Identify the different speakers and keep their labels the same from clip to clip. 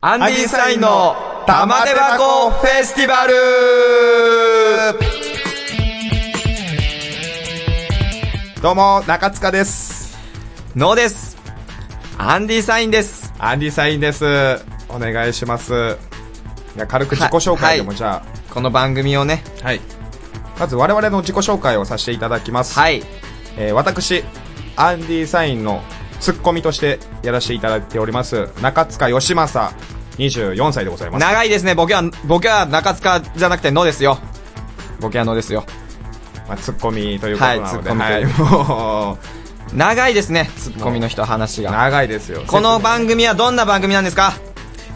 Speaker 1: アンディサインの玉手箱フェスティバル
Speaker 2: どうも、中塚です。
Speaker 1: のです。アンディサインです。
Speaker 2: アンディサインです。お願いします。いや、軽く自己紹介でも
Speaker 1: はい
Speaker 2: じゃ
Speaker 1: この番組をね、
Speaker 2: あ、はい。まず我々の自己紹介をさせていただきます。
Speaker 1: はい、
Speaker 2: えー私、アンディサインのツッコミとしてやらせていただいております、中塚義正、24歳でございます。
Speaker 1: 長いですね、ボケは、ボケは中塚じゃなくてのですよ。ボケはのですよ。
Speaker 2: まあ、ツッコミということなので、
Speaker 1: はいツッ
Speaker 2: も
Speaker 1: 長いですね、ツッコミの人話
Speaker 2: う、
Speaker 1: が。
Speaker 2: 長いですよ。
Speaker 1: この番組はどんな番組なんですか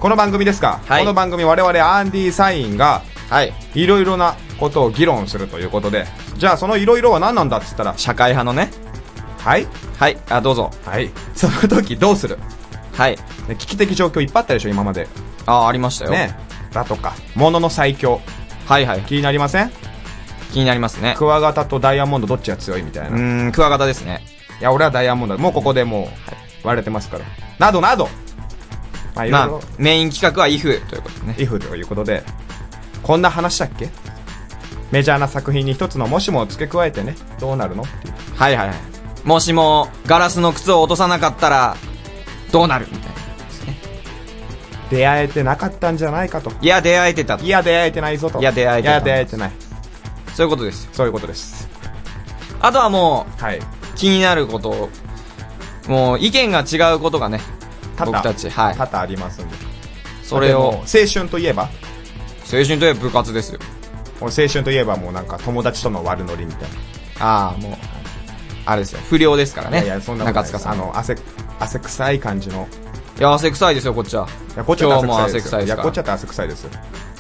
Speaker 2: この番組ですか、
Speaker 1: はい
Speaker 2: この番組我々アンディサインが
Speaker 1: はい。
Speaker 2: いろいろなことを議論するということで、じゃあそのいろいろは何なんだって言ったら、
Speaker 1: 社会派のね。
Speaker 2: はい
Speaker 1: はい、あ、どうぞ。
Speaker 2: はい。その時どうする
Speaker 1: はい。
Speaker 2: ね危機的状況いっぱいあったでしょ、今まで。
Speaker 1: あ、ありましたよ。
Speaker 2: ね。だとか、物の最強。
Speaker 1: はいはい。
Speaker 2: 気になりません
Speaker 1: 気になりますね。
Speaker 2: クワガタとダイヤモンドどっちが強いみたいうな。い
Speaker 1: ーん、クワガタですね。
Speaker 2: や、俺はダイヤモンドだ。もうここでもう、割れてますから。などなどまあ、いろい
Speaker 1: ま
Speaker 2: ろ
Speaker 1: あ、、メイン企画はイフということでね。
Speaker 2: イフということで、こんな話だっけメジャーな作品に一つのもしもを付け加えてね、どうなるのっていう。
Speaker 1: はいはいはい。もしも、ガラスの靴を落とさなかったら、どうなるみたいな。
Speaker 2: 出会えてなかったんじゃないかと。
Speaker 1: いや、出会えてた。
Speaker 2: いや、出会えてないぞと。
Speaker 1: いや出会えて
Speaker 2: い
Speaker 1: ない
Speaker 2: や、出会えてない。
Speaker 1: そういうことですよ。
Speaker 2: そういうことです。
Speaker 1: あとはも
Speaker 2: はい。
Speaker 1: う、気になることを、もう、意見が違うことがね、
Speaker 2: 多々
Speaker 1: 僕たち、はい。
Speaker 2: 多々ありますんで。
Speaker 1: それ
Speaker 2: でも
Speaker 1: を
Speaker 2: 青、春といえば
Speaker 1: 青春といえば部活ですよ。
Speaker 2: もう青春といえばもうなんか友達との悪ノリみたいな。
Speaker 1: ああ、もう、あれですよ。不良ですからね。
Speaker 2: いやいや、そんなことな
Speaker 1: 中
Speaker 2: いです
Speaker 1: 塚さん。
Speaker 2: あの、汗、汗臭い感じの。
Speaker 1: いや、汗臭いですよ、こっちは。
Speaker 2: いや、こっちゃって
Speaker 1: 今日も
Speaker 2: 汗
Speaker 1: 汗
Speaker 2: 臭
Speaker 1: 臭い
Speaker 2: い
Speaker 1: です
Speaker 2: ですよ。いや、
Speaker 1: から
Speaker 2: こっちゃって汗臭いですよ。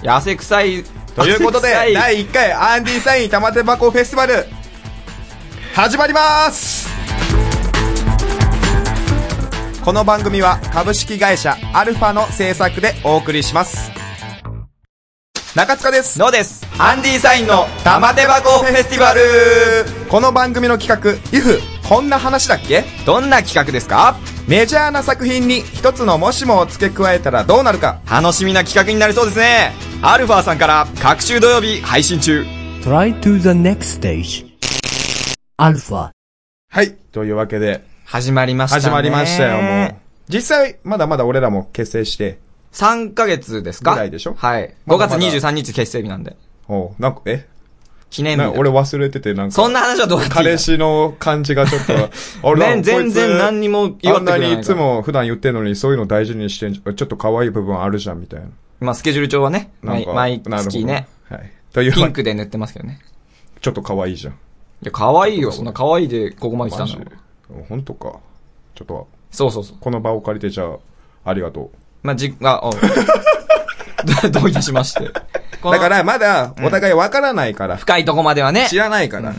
Speaker 1: いや、汗臭い。
Speaker 2: ということで
Speaker 1: 汗臭、い
Speaker 2: 第1回アンディサイン玉手箱フェスティバル、始まりますこの番組は株式会社アルファの制作でお送りします。中塚です。
Speaker 1: のです。アンディサインの玉手箱フェスティバル
Speaker 2: この番組の企画、IF、こんな話だっけ
Speaker 1: どんな企画ですか
Speaker 2: メジャーな作品に一つのもしもを付け加えたらどうなるか。
Speaker 1: 楽しみな企画になりそうですね。アルファさんから、各週土曜日配信中。
Speaker 3: Try to the next stage. Alpha.
Speaker 2: はい。というわけで、
Speaker 1: 始まりましたね。
Speaker 2: 始まりましたよ、もう。実際、まだまだ俺らも結成して、
Speaker 1: 3ヶ月ですか
Speaker 2: ぐらいでしょ
Speaker 1: はい。
Speaker 2: ま
Speaker 1: 5
Speaker 2: だま
Speaker 1: 月23
Speaker 2: だ
Speaker 1: 日結成日なんで。
Speaker 2: おうなんか、え
Speaker 1: 記念日
Speaker 2: な
Speaker 1: だ。
Speaker 2: 俺忘れてて、なんか。
Speaker 1: そんな話はどうやっていい
Speaker 2: 彼氏の感じがちょ っと、俺
Speaker 1: ね全然何にも言
Speaker 2: 言
Speaker 1: わ
Speaker 2: わ
Speaker 1: れて
Speaker 2: な。
Speaker 1: くれない
Speaker 2: あん
Speaker 1: い
Speaker 2: なにいつも普段言ってんのに、そういうの大事にしてんじゃん。ちょっと可愛い部分あるじゃん、みたいな。
Speaker 1: まあ、スケジュール帳はね、
Speaker 2: なん
Speaker 1: 毎
Speaker 2: か、
Speaker 1: 毎
Speaker 2: なるほど
Speaker 1: 月ね、。
Speaker 2: はい。という
Speaker 1: ピ
Speaker 2: わ
Speaker 1: ンクで塗ってますけどね。
Speaker 2: ちょっと可愛いじゃん。
Speaker 1: いや、可愛いよ、そんな可愛いでここまで来た
Speaker 2: マ
Speaker 1: んだ
Speaker 2: ジ
Speaker 1: ろ
Speaker 2: で
Speaker 1: う。
Speaker 2: 本当か。ちょっと、
Speaker 1: そうそうそう。
Speaker 2: この場を借りて、じゃあ、ありがと
Speaker 1: まあ、じ、 あ、おどどういたしまして。
Speaker 2: う。
Speaker 1: この
Speaker 2: だから、まだ、お互いわからないから、
Speaker 1: 深いとこまではね
Speaker 2: 知、らないから。い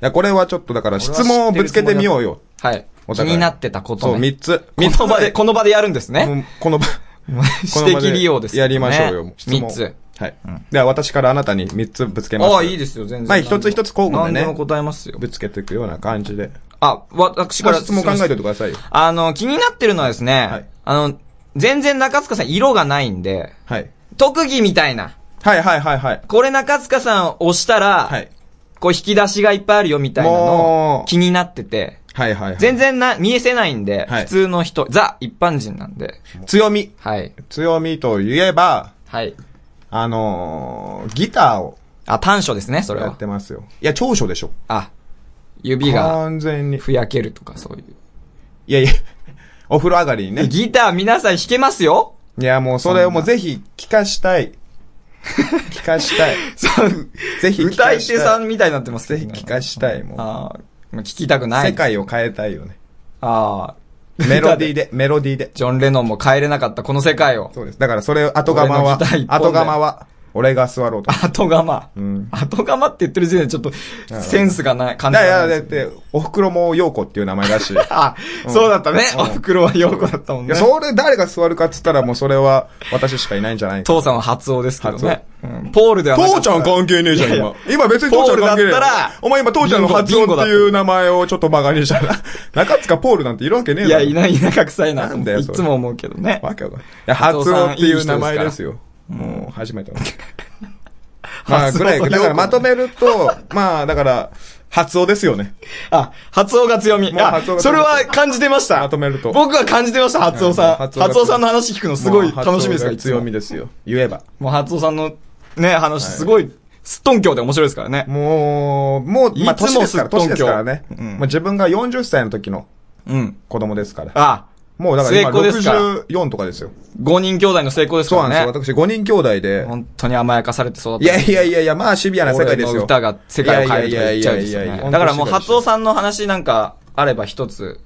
Speaker 2: や、これはちょっと、だから、質問をぶつけてみようよ。
Speaker 1: はい。
Speaker 2: お
Speaker 1: 気
Speaker 2: 互い
Speaker 1: になってたこと
Speaker 2: そう、
Speaker 1: ね。
Speaker 2: 三つ。
Speaker 1: こ
Speaker 2: 三つ
Speaker 1: の場で、この場でやるんですね。
Speaker 2: もうこの場、この
Speaker 1: 指
Speaker 2: 場
Speaker 1: 摘利用です、ね。
Speaker 2: やりましょうよ。質問
Speaker 1: 3つ。。
Speaker 2: はい。では、私からあなたに3つぶつけます。
Speaker 1: ああ、いいですよ、全然。
Speaker 2: まあ一つ一つ交互でね
Speaker 1: 何でも答えますよ。
Speaker 2: ぶつけていくような感じで。
Speaker 1: あ、私から
Speaker 2: 質問考えておいてくださいよ。
Speaker 1: あの、気になってるのはですね、
Speaker 2: はい
Speaker 1: あの、全然中塚さん色がないんで、
Speaker 2: はい。
Speaker 1: 特技みたいな。
Speaker 2: はいはいはいはい。
Speaker 1: これ中塚さん押したら、
Speaker 2: はい。
Speaker 1: こう引き出しがいっぱいあるよみたいな
Speaker 2: も
Speaker 1: の
Speaker 2: う
Speaker 1: 気になってて、
Speaker 2: はいはいはい。
Speaker 1: 全然な、見えせないんで、
Speaker 2: はい
Speaker 1: 普通の人、ザ、一般人なんで、
Speaker 2: 強み。
Speaker 1: はい。
Speaker 2: 強みといえば、
Speaker 1: はい。
Speaker 2: あのー、ギターを
Speaker 1: あ、短所ですね、それ
Speaker 2: や
Speaker 1: は
Speaker 2: っ。てますよ。いや、長所でしょ。
Speaker 1: あ、指が
Speaker 2: 完全に。
Speaker 1: ふやけるとかそういう。
Speaker 2: いやいや、 お風呂上がりにね。
Speaker 1: ギター皆さん弾けますよ
Speaker 2: いや、もうそれをもうぜひ聞かしたい。聞かしたい。
Speaker 1: そう
Speaker 2: ぜひ聞かした
Speaker 1: 歌
Speaker 2: い。
Speaker 1: い手さんみたいになってます
Speaker 2: ぜひ聞かしたい、もう。
Speaker 1: ああ、まあ聞きたくない。
Speaker 2: 世界を変えた いよね。
Speaker 1: ああ。
Speaker 2: メロディ
Speaker 1: で。
Speaker 2: ーで、メロディーで。
Speaker 1: ジョン・レノンも変えれなかったこの世界を。
Speaker 2: そうです。だからそれ、後釜
Speaker 1: 俺の
Speaker 2: は
Speaker 1: ギター一本、で
Speaker 2: 後釜は、俺が座ろうと。
Speaker 1: 後釜。
Speaker 2: うん。
Speaker 1: 後釜って言ってる時点でちょっと、センスがない、感
Speaker 2: だ
Speaker 1: じ
Speaker 2: か
Speaker 1: がな
Speaker 2: ら、だっ
Speaker 1: いです。
Speaker 2: て、お袋も陽子っていう名前 だし。い
Speaker 1: あ、そうだったね。
Speaker 2: うん
Speaker 1: お袋は陽子だったもんね
Speaker 2: や、。それ誰が座るかっつったらもうそれは私しかいないんじゃないか。
Speaker 1: 父さんは初音ですけどね。うんポールではな
Speaker 2: 父ちゃん関係ねえじゃん、
Speaker 1: いやい
Speaker 2: 今。今別に父ちゃ
Speaker 1: ポー
Speaker 2: ん関係ねえ
Speaker 1: ルだ
Speaker 2: よ
Speaker 1: ったら。
Speaker 2: お前今父ちゃんの発音っていう名前をちょっと馬鹿にしたら、中塚ポールなんているわけねえ
Speaker 1: い
Speaker 2: だ
Speaker 1: や、
Speaker 2: ろ
Speaker 1: いない、田舎臭いな。
Speaker 2: なんだよ
Speaker 1: い
Speaker 2: それ
Speaker 1: つも思うけどね。
Speaker 2: わけわかんないいや。発音っていう名前ですよ。もう、初めての。 まあ、ぐらい。
Speaker 1: 発音と陽子
Speaker 2: だからまとめると、まあ、だから、発音ですよね。
Speaker 1: あ、発音が強み。
Speaker 2: もう
Speaker 1: あ
Speaker 2: 発音、が強み
Speaker 1: それは感じてました。
Speaker 2: まとめると
Speaker 1: 僕は感じてました、発音さん。
Speaker 2: うん発
Speaker 1: 発
Speaker 2: 音が強い
Speaker 1: 音さんの話聞くのすごい
Speaker 2: もう発音
Speaker 1: 楽しみですか
Speaker 2: が
Speaker 1: ら、
Speaker 2: 強
Speaker 1: 強
Speaker 2: み
Speaker 1: み。
Speaker 2: ですよ。言えば。
Speaker 1: もう発音さんのね、話すごい、すっとんきょうで面白いですからね。
Speaker 2: もう、もう、まあ、
Speaker 1: いつも
Speaker 2: 年ですから、
Speaker 1: すっと
Speaker 2: 年
Speaker 1: んきょう
Speaker 2: ですからね。もう自分が40歳の時の
Speaker 1: うん。
Speaker 2: 子供ですから。
Speaker 1: あ、
Speaker 2: もうだから今
Speaker 1: 末っ子ですか
Speaker 2: 64とかですよ。
Speaker 1: 5人兄弟の成功です
Speaker 2: そう
Speaker 1: か
Speaker 2: なんです
Speaker 1: ら
Speaker 2: よ。
Speaker 1: ね。
Speaker 2: 私5人兄弟で。
Speaker 1: 本当に甘やかされて育った。
Speaker 2: いやいやいやいや、まあシビアな世界ですよ。
Speaker 1: 俺の歌が世界を変えるとか言っちゃうんですよ
Speaker 2: いやいやいやいやいや
Speaker 1: ね。だからもう、初尾さんの話なんかあれば一つ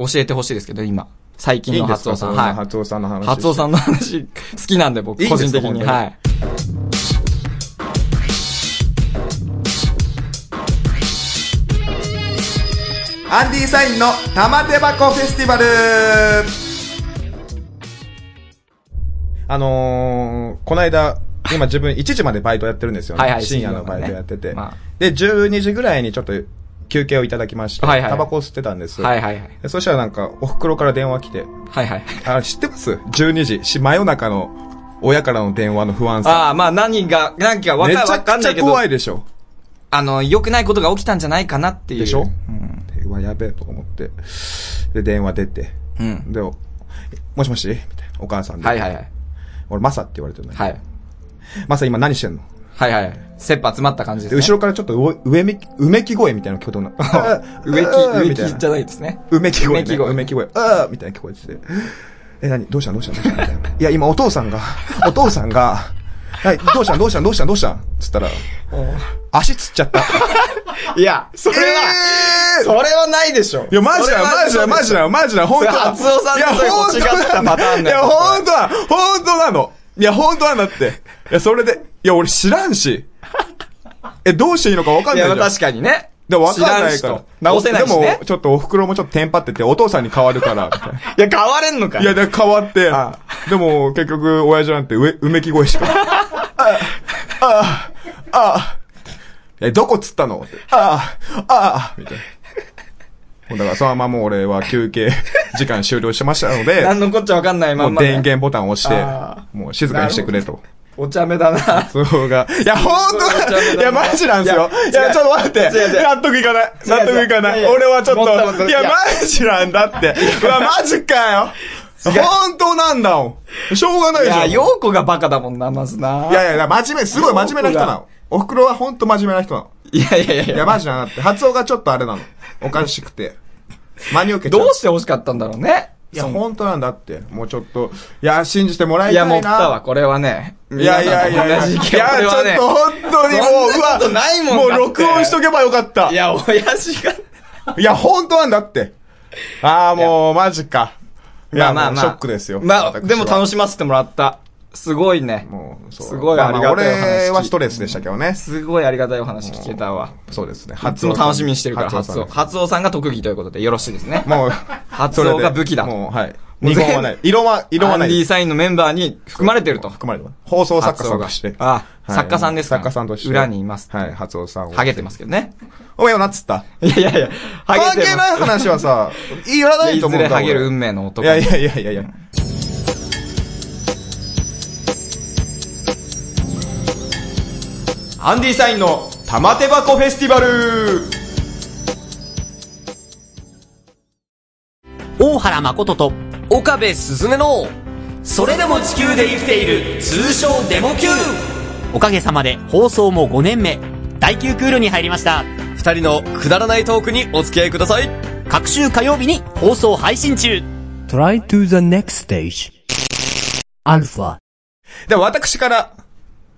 Speaker 1: 教えてほしいですけど、今。最近
Speaker 2: いい
Speaker 1: の
Speaker 2: んで
Speaker 1: 初
Speaker 2: す
Speaker 1: 尾
Speaker 2: か
Speaker 1: さ
Speaker 2: そ
Speaker 1: ん。
Speaker 2: んな
Speaker 1: はい。
Speaker 2: 初尾さんの話。
Speaker 1: 初尾さんの話、好きなんで僕、
Speaker 2: いいん
Speaker 1: 個
Speaker 2: ですか
Speaker 1: 人的に。
Speaker 2: 本当に
Speaker 1: はい。
Speaker 2: アンディサインの玉手箱フェスティバルあのー、この間、今自分1時までバイトやってるんですよね。
Speaker 1: はいはい
Speaker 2: 深夜のバイトやって
Speaker 1: 深
Speaker 2: て。
Speaker 1: 夜のねまあ
Speaker 2: で、12時ぐらいにちょっと休憩をいただきまして、
Speaker 1: はいはい
Speaker 2: タバコを吸ってたんです。
Speaker 1: はいはいはい。
Speaker 2: でそしたらなんか、お袋から電話来て、
Speaker 1: はいはい。
Speaker 2: あ、知ってます ?12 時、し、真夜中の親からの電話の不安さ。
Speaker 1: ああ、まあ何が、何かわ
Speaker 2: めち
Speaker 1: か
Speaker 2: ゃ
Speaker 1: わか
Speaker 2: く
Speaker 1: ん
Speaker 2: ち
Speaker 1: ない
Speaker 2: ゃ
Speaker 1: けど
Speaker 2: 怖、いでしょ。
Speaker 1: あの、良くないことが起きたんじゃないかなっていう。
Speaker 2: でしょ
Speaker 1: うん。
Speaker 2: うわ、やべえと思って。で、電話出て。
Speaker 1: うん。
Speaker 2: で、おもしもしみたいな。お母さんで。
Speaker 1: はいはいはい。
Speaker 2: 俺、マサって言われてるのよ。
Speaker 1: はい。
Speaker 2: マサ今何してんの
Speaker 1: はいはい。切羽詰まった感じ
Speaker 2: で
Speaker 1: ですね。
Speaker 2: 後ろからちょっとうお、上めき、うめき声みたいなの聞こえて くるの。あ ー
Speaker 1: 植
Speaker 2: あー
Speaker 1: 木、植
Speaker 2: みたい
Speaker 1: 木
Speaker 2: な
Speaker 1: じゃないですね。
Speaker 2: うめき声、
Speaker 1: うめ
Speaker 2: ね。
Speaker 1: き声
Speaker 2: うめき声。ああみたいな聞こえてて。え、何どうしたんどうしたんどうしたんみたいな。いや、今お父さんが、 お父さんが、はい、どうしたんどうしたんどうしたんどうしたんつったら、足つっ ちゃった。
Speaker 1: いや、それは、
Speaker 2: えー
Speaker 1: それはないでしょ。
Speaker 2: いや、マジだよ、マジだよ、マジだよ、マジだよ、本当だ。
Speaker 1: それ初音さんと
Speaker 2: いや、
Speaker 1: 違った
Speaker 2: 本当
Speaker 1: パターンだよ
Speaker 2: いや、本当だ、本当なの。いや、本当なんだって。いや、それで、いや、俺知らんし。え、どうしていいのかわかん
Speaker 1: い
Speaker 2: ない
Speaker 1: や、
Speaker 2: じ
Speaker 1: ま
Speaker 2: ゃ
Speaker 1: あ
Speaker 2: ん。
Speaker 1: 確かにね。
Speaker 2: でも分かんない
Speaker 1: 知
Speaker 2: か
Speaker 1: し
Speaker 2: らら
Speaker 1: と。直せないし
Speaker 2: で
Speaker 1: ね
Speaker 2: も、。ちょっとお袋もちょっとテンパってて、お父さんに変わるから、みたいな。
Speaker 1: いや、変われんのか
Speaker 2: いや、だから変わって
Speaker 1: あ、
Speaker 2: でも、結局、親父なんて、うえ、うめき声しか。ああ、ああ、え、どこ釣ったのってああ、ああ、みたいな。もうだから、そのままもう俺は休憩時間終了しましたので、
Speaker 1: 何のこっちゃわかんないま
Speaker 2: も
Speaker 1: ん
Speaker 2: う
Speaker 1: まね。
Speaker 2: 電源ボタンを押
Speaker 1: あ
Speaker 2: して、もう静かにしてくれと。
Speaker 1: お茶目だな。
Speaker 2: 通 報が。いや、ほんと
Speaker 1: すごいお茶目だない
Speaker 2: や、マジなんですよ。い
Speaker 1: いや
Speaker 2: や、ちょっと待って。
Speaker 1: 違う違う
Speaker 2: 納得いかない。納得いかない
Speaker 1: やい
Speaker 2: い。
Speaker 1: や
Speaker 2: 俺はちょっ
Speaker 1: もっともっ
Speaker 2: と。
Speaker 1: と
Speaker 2: いや、
Speaker 1: いや
Speaker 2: マジなんだって。うわ、マジかよ。本当なんだもん。しょうがない
Speaker 1: い
Speaker 2: じゃ
Speaker 1: や、
Speaker 2: ん。い
Speaker 1: 陽子がバカだもんな、まずな。
Speaker 2: やいや、真面目、すごい真面目な人なの。お袋はほんと真面目な人なの。
Speaker 1: いやいやい
Speaker 2: い
Speaker 1: や
Speaker 2: や、マジなんだって。発音がちょっとあれなの。おかしくて。真に受けちゃう。
Speaker 1: どうして欲しかったんだろうね。
Speaker 2: いや、
Speaker 1: その
Speaker 2: ほんとなんだって。もうちょっと。いや、信じてもらい
Speaker 1: い
Speaker 2: た
Speaker 1: や、
Speaker 2: いな。
Speaker 1: もったわ、これはね。
Speaker 2: いやいやいやいや、
Speaker 1: 同じ意見
Speaker 2: いや、
Speaker 1: これ
Speaker 2: ちょ
Speaker 1: は
Speaker 2: っ
Speaker 1: ね
Speaker 2: と本当にもう、
Speaker 1: そん
Speaker 2: う
Speaker 1: な
Speaker 2: わ
Speaker 1: ことないもん
Speaker 2: もう
Speaker 1: だって
Speaker 2: 録音しとけばよかった。
Speaker 1: い
Speaker 2: いや、
Speaker 1: や、親父が。
Speaker 2: 本当なんだって。ああ、もう、マジか。いや、もうショックですよ。
Speaker 1: まあ、
Speaker 2: 私は
Speaker 1: でも楽しませてもらった。すごいね。
Speaker 2: もう、そう
Speaker 1: すごいありがたいお話
Speaker 2: まあまあ俺はストレスでしたけどね。
Speaker 1: すごいありがたいお話聞けたわ。
Speaker 2: そうですね。
Speaker 1: いつも楽しみにしてるから、
Speaker 2: 発
Speaker 1: 初
Speaker 2: 音
Speaker 1: 音。初音さんが特技ということでよろしいですね。
Speaker 2: もう、
Speaker 1: 発音が武器だ
Speaker 2: それでもう、はい。
Speaker 1: もう
Speaker 2: 二
Speaker 1: 全部
Speaker 2: 言はない。異論は、異論はな
Speaker 1: アンディ
Speaker 2: い。
Speaker 1: サインのメンバーに含まれてると。
Speaker 2: 含まれてます。放送作家さんとして
Speaker 1: 発。音があ
Speaker 2: はい
Speaker 1: 作家さんですか
Speaker 2: 作家さんとして。
Speaker 1: 裏にいます
Speaker 2: はい、発音さんを。
Speaker 1: ハゲてますけどね。
Speaker 2: おめえよなっつった。
Speaker 1: いやいやいや、ハ
Speaker 2: 関
Speaker 1: ゲてま
Speaker 2: 係な
Speaker 1: す。
Speaker 2: い話はさ、言わない
Speaker 1: い
Speaker 2: と思
Speaker 1: ず
Speaker 2: う
Speaker 1: れ
Speaker 2: んだ
Speaker 1: ハゲる
Speaker 2: 俺
Speaker 1: 運命の男。
Speaker 2: いやいやいやいやいや。
Speaker 1: アンディサインの玉手箱フェスティバル
Speaker 4: 大原誠と岡部すずめのそれでも地球で生きている通称デモ級おかげさまで放送も5年目第9クールに入りました
Speaker 5: 二人のくだらないトークにお付き合いください。
Speaker 4: 各週火曜日に放送配信中
Speaker 3: Try to the next stage. Alpha.
Speaker 2: では私から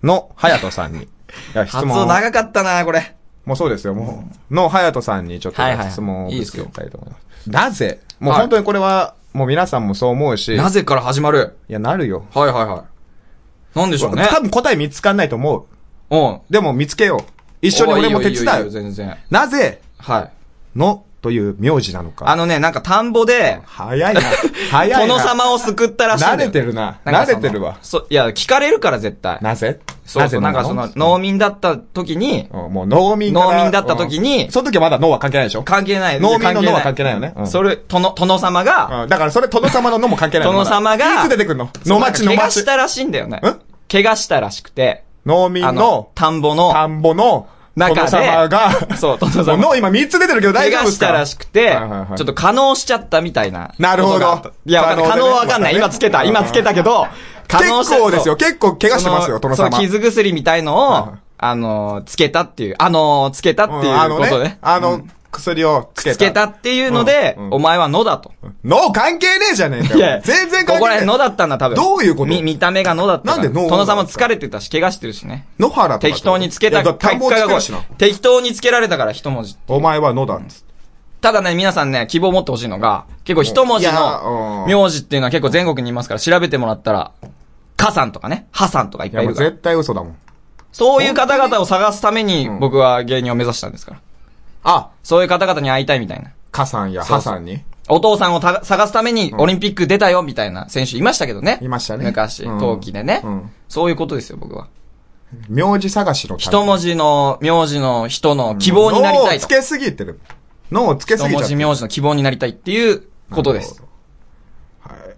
Speaker 2: の、はやとさんに。いや、質
Speaker 1: 発
Speaker 2: 問
Speaker 1: 音
Speaker 2: を。
Speaker 1: 長かったな、これ。
Speaker 2: もうそうですよ、もう。の、はやとさんにちょっと
Speaker 1: はいはい
Speaker 2: 質問を
Speaker 1: いい
Speaker 2: ぶ
Speaker 1: で
Speaker 2: つ
Speaker 1: す
Speaker 2: け
Speaker 1: よ
Speaker 2: たいと思います。なぜもう
Speaker 1: はい
Speaker 2: 本当にこれは、もう皆さんもそう思うし。
Speaker 1: なぜから始まる
Speaker 2: いや、なるよ。
Speaker 1: はいはいはい。なんでしょうね。
Speaker 2: 多分答え見つかんないと思
Speaker 1: う
Speaker 2: う。
Speaker 1: ん。
Speaker 2: でも見つけよう。一緒に俺も手
Speaker 1: おー
Speaker 2: 伝
Speaker 1: いいよいいよいいよ
Speaker 2: う。
Speaker 1: 全然。
Speaker 2: なぜ、
Speaker 1: はい。
Speaker 2: の、という名字なの
Speaker 1: あ
Speaker 2: か。
Speaker 1: のね、なんか田んぼで、
Speaker 2: 早 いな。早いな。
Speaker 1: 殿様を救ったらしい
Speaker 2: 慣
Speaker 1: んだ
Speaker 2: れ
Speaker 1: よ。
Speaker 2: てるな。
Speaker 1: なんか
Speaker 2: 慣
Speaker 1: そ
Speaker 2: れ
Speaker 1: の
Speaker 2: てるわ。
Speaker 1: そ、いや、聞かれるから絶対。
Speaker 2: なぜ
Speaker 1: そう
Speaker 2: な
Speaker 1: そ
Speaker 2: ぜ
Speaker 1: う、なんかその、農民だった時に、
Speaker 2: うんもう農民から
Speaker 1: 農民だった時に
Speaker 2: うんその時はまだ農は関係ないでしょ
Speaker 1: 関係ない。
Speaker 2: 農民の農は関
Speaker 1: 係
Speaker 2: 係ないよね。うん
Speaker 1: それ、殿、殿様が、
Speaker 2: うんだからそれ、殿様の野も関係ないの。
Speaker 1: 殿様が
Speaker 2: まだいつ出てくんの野町
Speaker 1: そ
Speaker 2: 野
Speaker 1: うなんか怪我
Speaker 2: 町
Speaker 1: し。たらしいんだよね
Speaker 2: ん。
Speaker 1: 怪我したらしくて、
Speaker 2: 農民
Speaker 1: あ
Speaker 2: の
Speaker 1: の、、田んぼの、
Speaker 2: 田んぼの、
Speaker 1: 中で
Speaker 2: 殿様が、
Speaker 1: そう殿様
Speaker 2: もう脳今3つ出てるけど
Speaker 1: 怪
Speaker 2: 大丈夫
Speaker 1: 我
Speaker 2: で
Speaker 1: し
Speaker 2: すか
Speaker 1: たらしくて、
Speaker 2: はいはいはい
Speaker 1: ちょっと可能しちゃったみたいな。
Speaker 2: なるほど
Speaker 1: ことがあったいや、わかんない
Speaker 2: 可
Speaker 1: 可
Speaker 2: 能
Speaker 1: 能
Speaker 2: ね
Speaker 1: わかんない。今つけた。
Speaker 2: うん
Speaker 1: 今つけたけど、可能しちゃ
Speaker 2: 結構ですよ。結構怪
Speaker 1: 怪
Speaker 2: 我してますよ、殿様。
Speaker 1: その傷薬みたいの
Speaker 2: はい
Speaker 1: を
Speaker 2: はい、
Speaker 1: あのー、つけたっていう、あのー、つけたっていう
Speaker 2: うんあの
Speaker 1: こと
Speaker 2: ね
Speaker 1: ね。。
Speaker 2: あの、薬をつけた。
Speaker 1: つけたっていうので、
Speaker 2: うんうん
Speaker 1: お前は野だと。
Speaker 2: 脳関係ねえじゃねえか
Speaker 1: いや
Speaker 2: よ。全然関
Speaker 1: ここら
Speaker 2: 係
Speaker 1: 辺野
Speaker 2: ない。
Speaker 1: だったんだ、多分。
Speaker 2: どういうこと
Speaker 1: み、見た目が野だったから。
Speaker 2: なんで野
Speaker 1: 殿様疲れてたし、怪我してるしね。
Speaker 2: 野原とか
Speaker 1: 適当につけた
Speaker 2: いやだって田んぼ
Speaker 1: 結
Speaker 2: つ
Speaker 1: 果
Speaker 2: け
Speaker 1: が
Speaker 2: るしな
Speaker 1: こう適当につけられたから、一文字。
Speaker 2: お前は野だっつって。
Speaker 1: ただね、皆さんね、希望を持ってほしいのが、結構一文字
Speaker 2: いや
Speaker 1: の
Speaker 2: うん
Speaker 1: 名字っていうのは結構全国にいますから、調べてもらったら、かさんとかね、はさんとかいっ
Speaker 2: い
Speaker 1: ぱ
Speaker 2: や、
Speaker 1: いい
Speaker 2: も
Speaker 1: る
Speaker 2: う
Speaker 1: から。
Speaker 2: 絶対嘘だもん。
Speaker 1: そういう方々を探すために
Speaker 2: ん
Speaker 1: 僕は芸人を目指したんですから。
Speaker 2: あ、
Speaker 1: そういう方々に会いたいみたいな。
Speaker 2: カさんや
Speaker 1: そう
Speaker 2: ハ
Speaker 1: そう
Speaker 2: さんに。
Speaker 1: お父さんをた探すためにオリンピック出たよみたいな選手いましたけどね。
Speaker 2: いましたね
Speaker 1: 昔、
Speaker 2: うん
Speaker 1: 冬季でね
Speaker 2: うん。
Speaker 1: そういうことですよ、僕は。
Speaker 2: 名字探しの
Speaker 1: 一文
Speaker 2: 字
Speaker 1: 字の、名字の人の希望になりたい
Speaker 2: 脳を
Speaker 1: と
Speaker 2: つ。けすぎてる。脳をつけす
Speaker 1: 一
Speaker 2: ぎちゃ
Speaker 1: 文
Speaker 2: って
Speaker 1: 字
Speaker 2: る。
Speaker 1: 名字の希望になりたいっていうことです。
Speaker 2: はい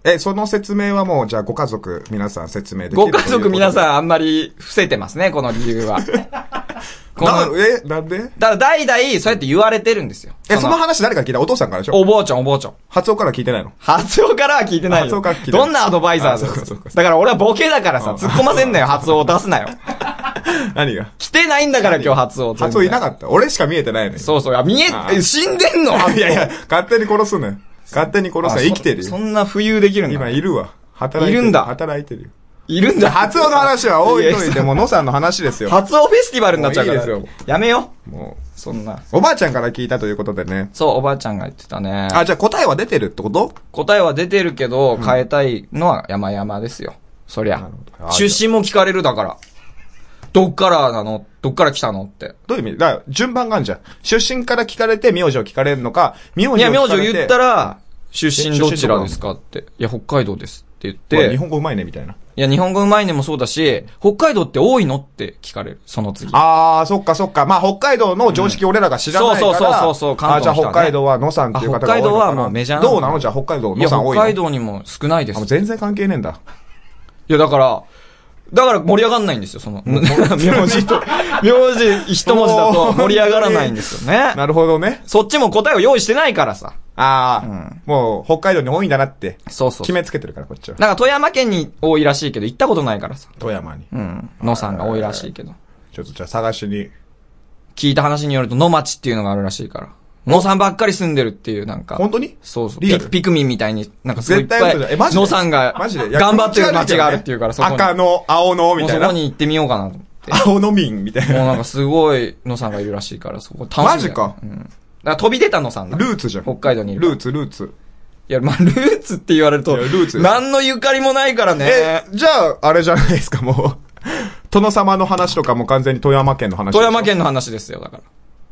Speaker 2: え、その説明はもう、じゃあご家族皆さん説明できる
Speaker 1: ご家族皆
Speaker 2: ん。
Speaker 1: さんあんまり伏せてますね、この理由 は。こ
Speaker 2: な
Speaker 1: の、
Speaker 2: え、なんで
Speaker 1: だから代々そうやって言われてるんですよ。
Speaker 2: え、その話誰から聞いたお父さんからでしょ
Speaker 1: おばあちゃんおばあちゃん。
Speaker 2: 発音から聞いてないの
Speaker 1: 発音からは聞いてない
Speaker 2: 発
Speaker 1: よ
Speaker 2: 音から聞い。てない
Speaker 1: どんなアドバイザーだ
Speaker 2: あそうかそう
Speaker 1: よ
Speaker 2: か
Speaker 1: だから俺はボケだからさ、
Speaker 2: うん
Speaker 1: 突っ込ませんなよ、発音を出す なよ。
Speaker 2: 何が
Speaker 1: 来てないんだから今日発音。
Speaker 2: 発音いな
Speaker 1: っ
Speaker 2: かった。俺しか見えてないのよ。
Speaker 1: そうそう、あ見え
Speaker 2: あ、
Speaker 1: え死んでんの
Speaker 2: あ いやいや、勝手に殺すね。勝手に殺す
Speaker 1: あ
Speaker 2: ね。生きてる
Speaker 1: そ
Speaker 2: よ
Speaker 1: そ。んな浮遊できるん
Speaker 2: 今
Speaker 1: だ。
Speaker 2: いるわ。働いて
Speaker 1: いるんだ
Speaker 2: 働いてるよ。
Speaker 1: いるんだ。
Speaker 2: 発音の話は置いとい
Speaker 1: や
Speaker 2: て、もう野さんの話ですよ。
Speaker 1: 発音フェスティバルになっちゃうから。
Speaker 2: もういいで
Speaker 1: やめよう。
Speaker 2: も
Speaker 1: そんな。
Speaker 2: う、おばあちゃんから聞いたということでね。
Speaker 1: そう、おばあちゃんが言ってたね。
Speaker 2: あ、じゃあ答えは出てるってこと
Speaker 1: 答えは出てるけど、変えたいのは山々ですよ。そりゃ
Speaker 2: るほど。あ
Speaker 1: 出身も聞かれるだから。どっからなのどっから来たのって。
Speaker 2: どういう意味だから、順番があるじゃん。出身から聞かれて、名字を聞かれるのか、名字を
Speaker 1: いや、
Speaker 2: 聞
Speaker 1: 名字
Speaker 2: か
Speaker 1: を
Speaker 2: れて。
Speaker 1: 言った
Speaker 2: ら、
Speaker 1: ら、出身どちらですかって。いや、北海道ですって言って、
Speaker 2: 日本語うまいね、みたいな。
Speaker 1: いや、日本語うまいねもそうだし、北海道って多いのって聞かれる。その次。
Speaker 2: あー、そっかそっか。まあ、北海道の常識俺らが知らないから。
Speaker 1: そうそうそうそうそう関
Speaker 2: あ、
Speaker 1: 東
Speaker 2: じゃ
Speaker 1: の人
Speaker 2: あ
Speaker 1: はね
Speaker 2: 北海道は野さんっていう方が多いのか
Speaker 1: あ北
Speaker 2: な
Speaker 1: 海道はもうメジャーなの
Speaker 2: どうなのじゃあ北海道
Speaker 1: いや、
Speaker 2: 野さん
Speaker 1: 北
Speaker 2: 多いの
Speaker 1: 海道にも少ないで
Speaker 2: あ、
Speaker 1: す。
Speaker 2: もう
Speaker 1: い
Speaker 2: 全然関係ねえんだ。
Speaker 1: や、だから、だから盛り上がんないんですよ、その。 名 字と、名字一文字だと盛り上がらないんですよね。
Speaker 2: なるほどね。
Speaker 1: そっちも答えを用意してないからさ。
Speaker 2: あー、もう北海道に多いんだなって。
Speaker 1: そうそう
Speaker 2: 決めつけてるから、こっちは。
Speaker 1: なんか富山県に多いらしいけど、行ったことないからさ。
Speaker 2: 富山に。
Speaker 1: うん。野さんが多いらしいけど。
Speaker 2: ちょっとじゃあ探しに。
Speaker 1: 聞いた話によると野町っていうのがあるらしいから。野さんばっかり住んでるっていうなんか。
Speaker 2: 本当に
Speaker 1: そうそう。
Speaker 2: リア
Speaker 1: ピ
Speaker 2: ル
Speaker 1: ピクミンみたいに、なんかすごいいっ
Speaker 2: 絶対
Speaker 1: ぱい
Speaker 2: 嘘じゃんえマジで
Speaker 1: 野さんが
Speaker 2: マジで
Speaker 1: 頑張ってる町があるっていうから、そこに。
Speaker 2: 赤の、青の、み
Speaker 1: もう
Speaker 2: たい
Speaker 1: そ
Speaker 2: な
Speaker 1: こ。に行ってみようかなと思って。
Speaker 2: 青の民、みたい
Speaker 1: もう
Speaker 2: な。
Speaker 1: なんかすごい野さんがいるらしいから、そこ楽しみだよ
Speaker 2: マジか
Speaker 1: うん。だから飛び出た野さんだ。
Speaker 2: ルーツじゃん。
Speaker 1: 北海道にいる。
Speaker 2: ルーツ、ルーツ。
Speaker 1: いや、まあ、ルーツって言われると、
Speaker 2: いやルーツよ
Speaker 1: 何のゆかりもないから
Speaker 2: え
Speaker 1: ね。、
Speaker 2: じゃあ、あれじゃないですか、もう。 殿様の話とかも完全に富山県の話。
Speaker 1: 富山。県の話ですよ、だか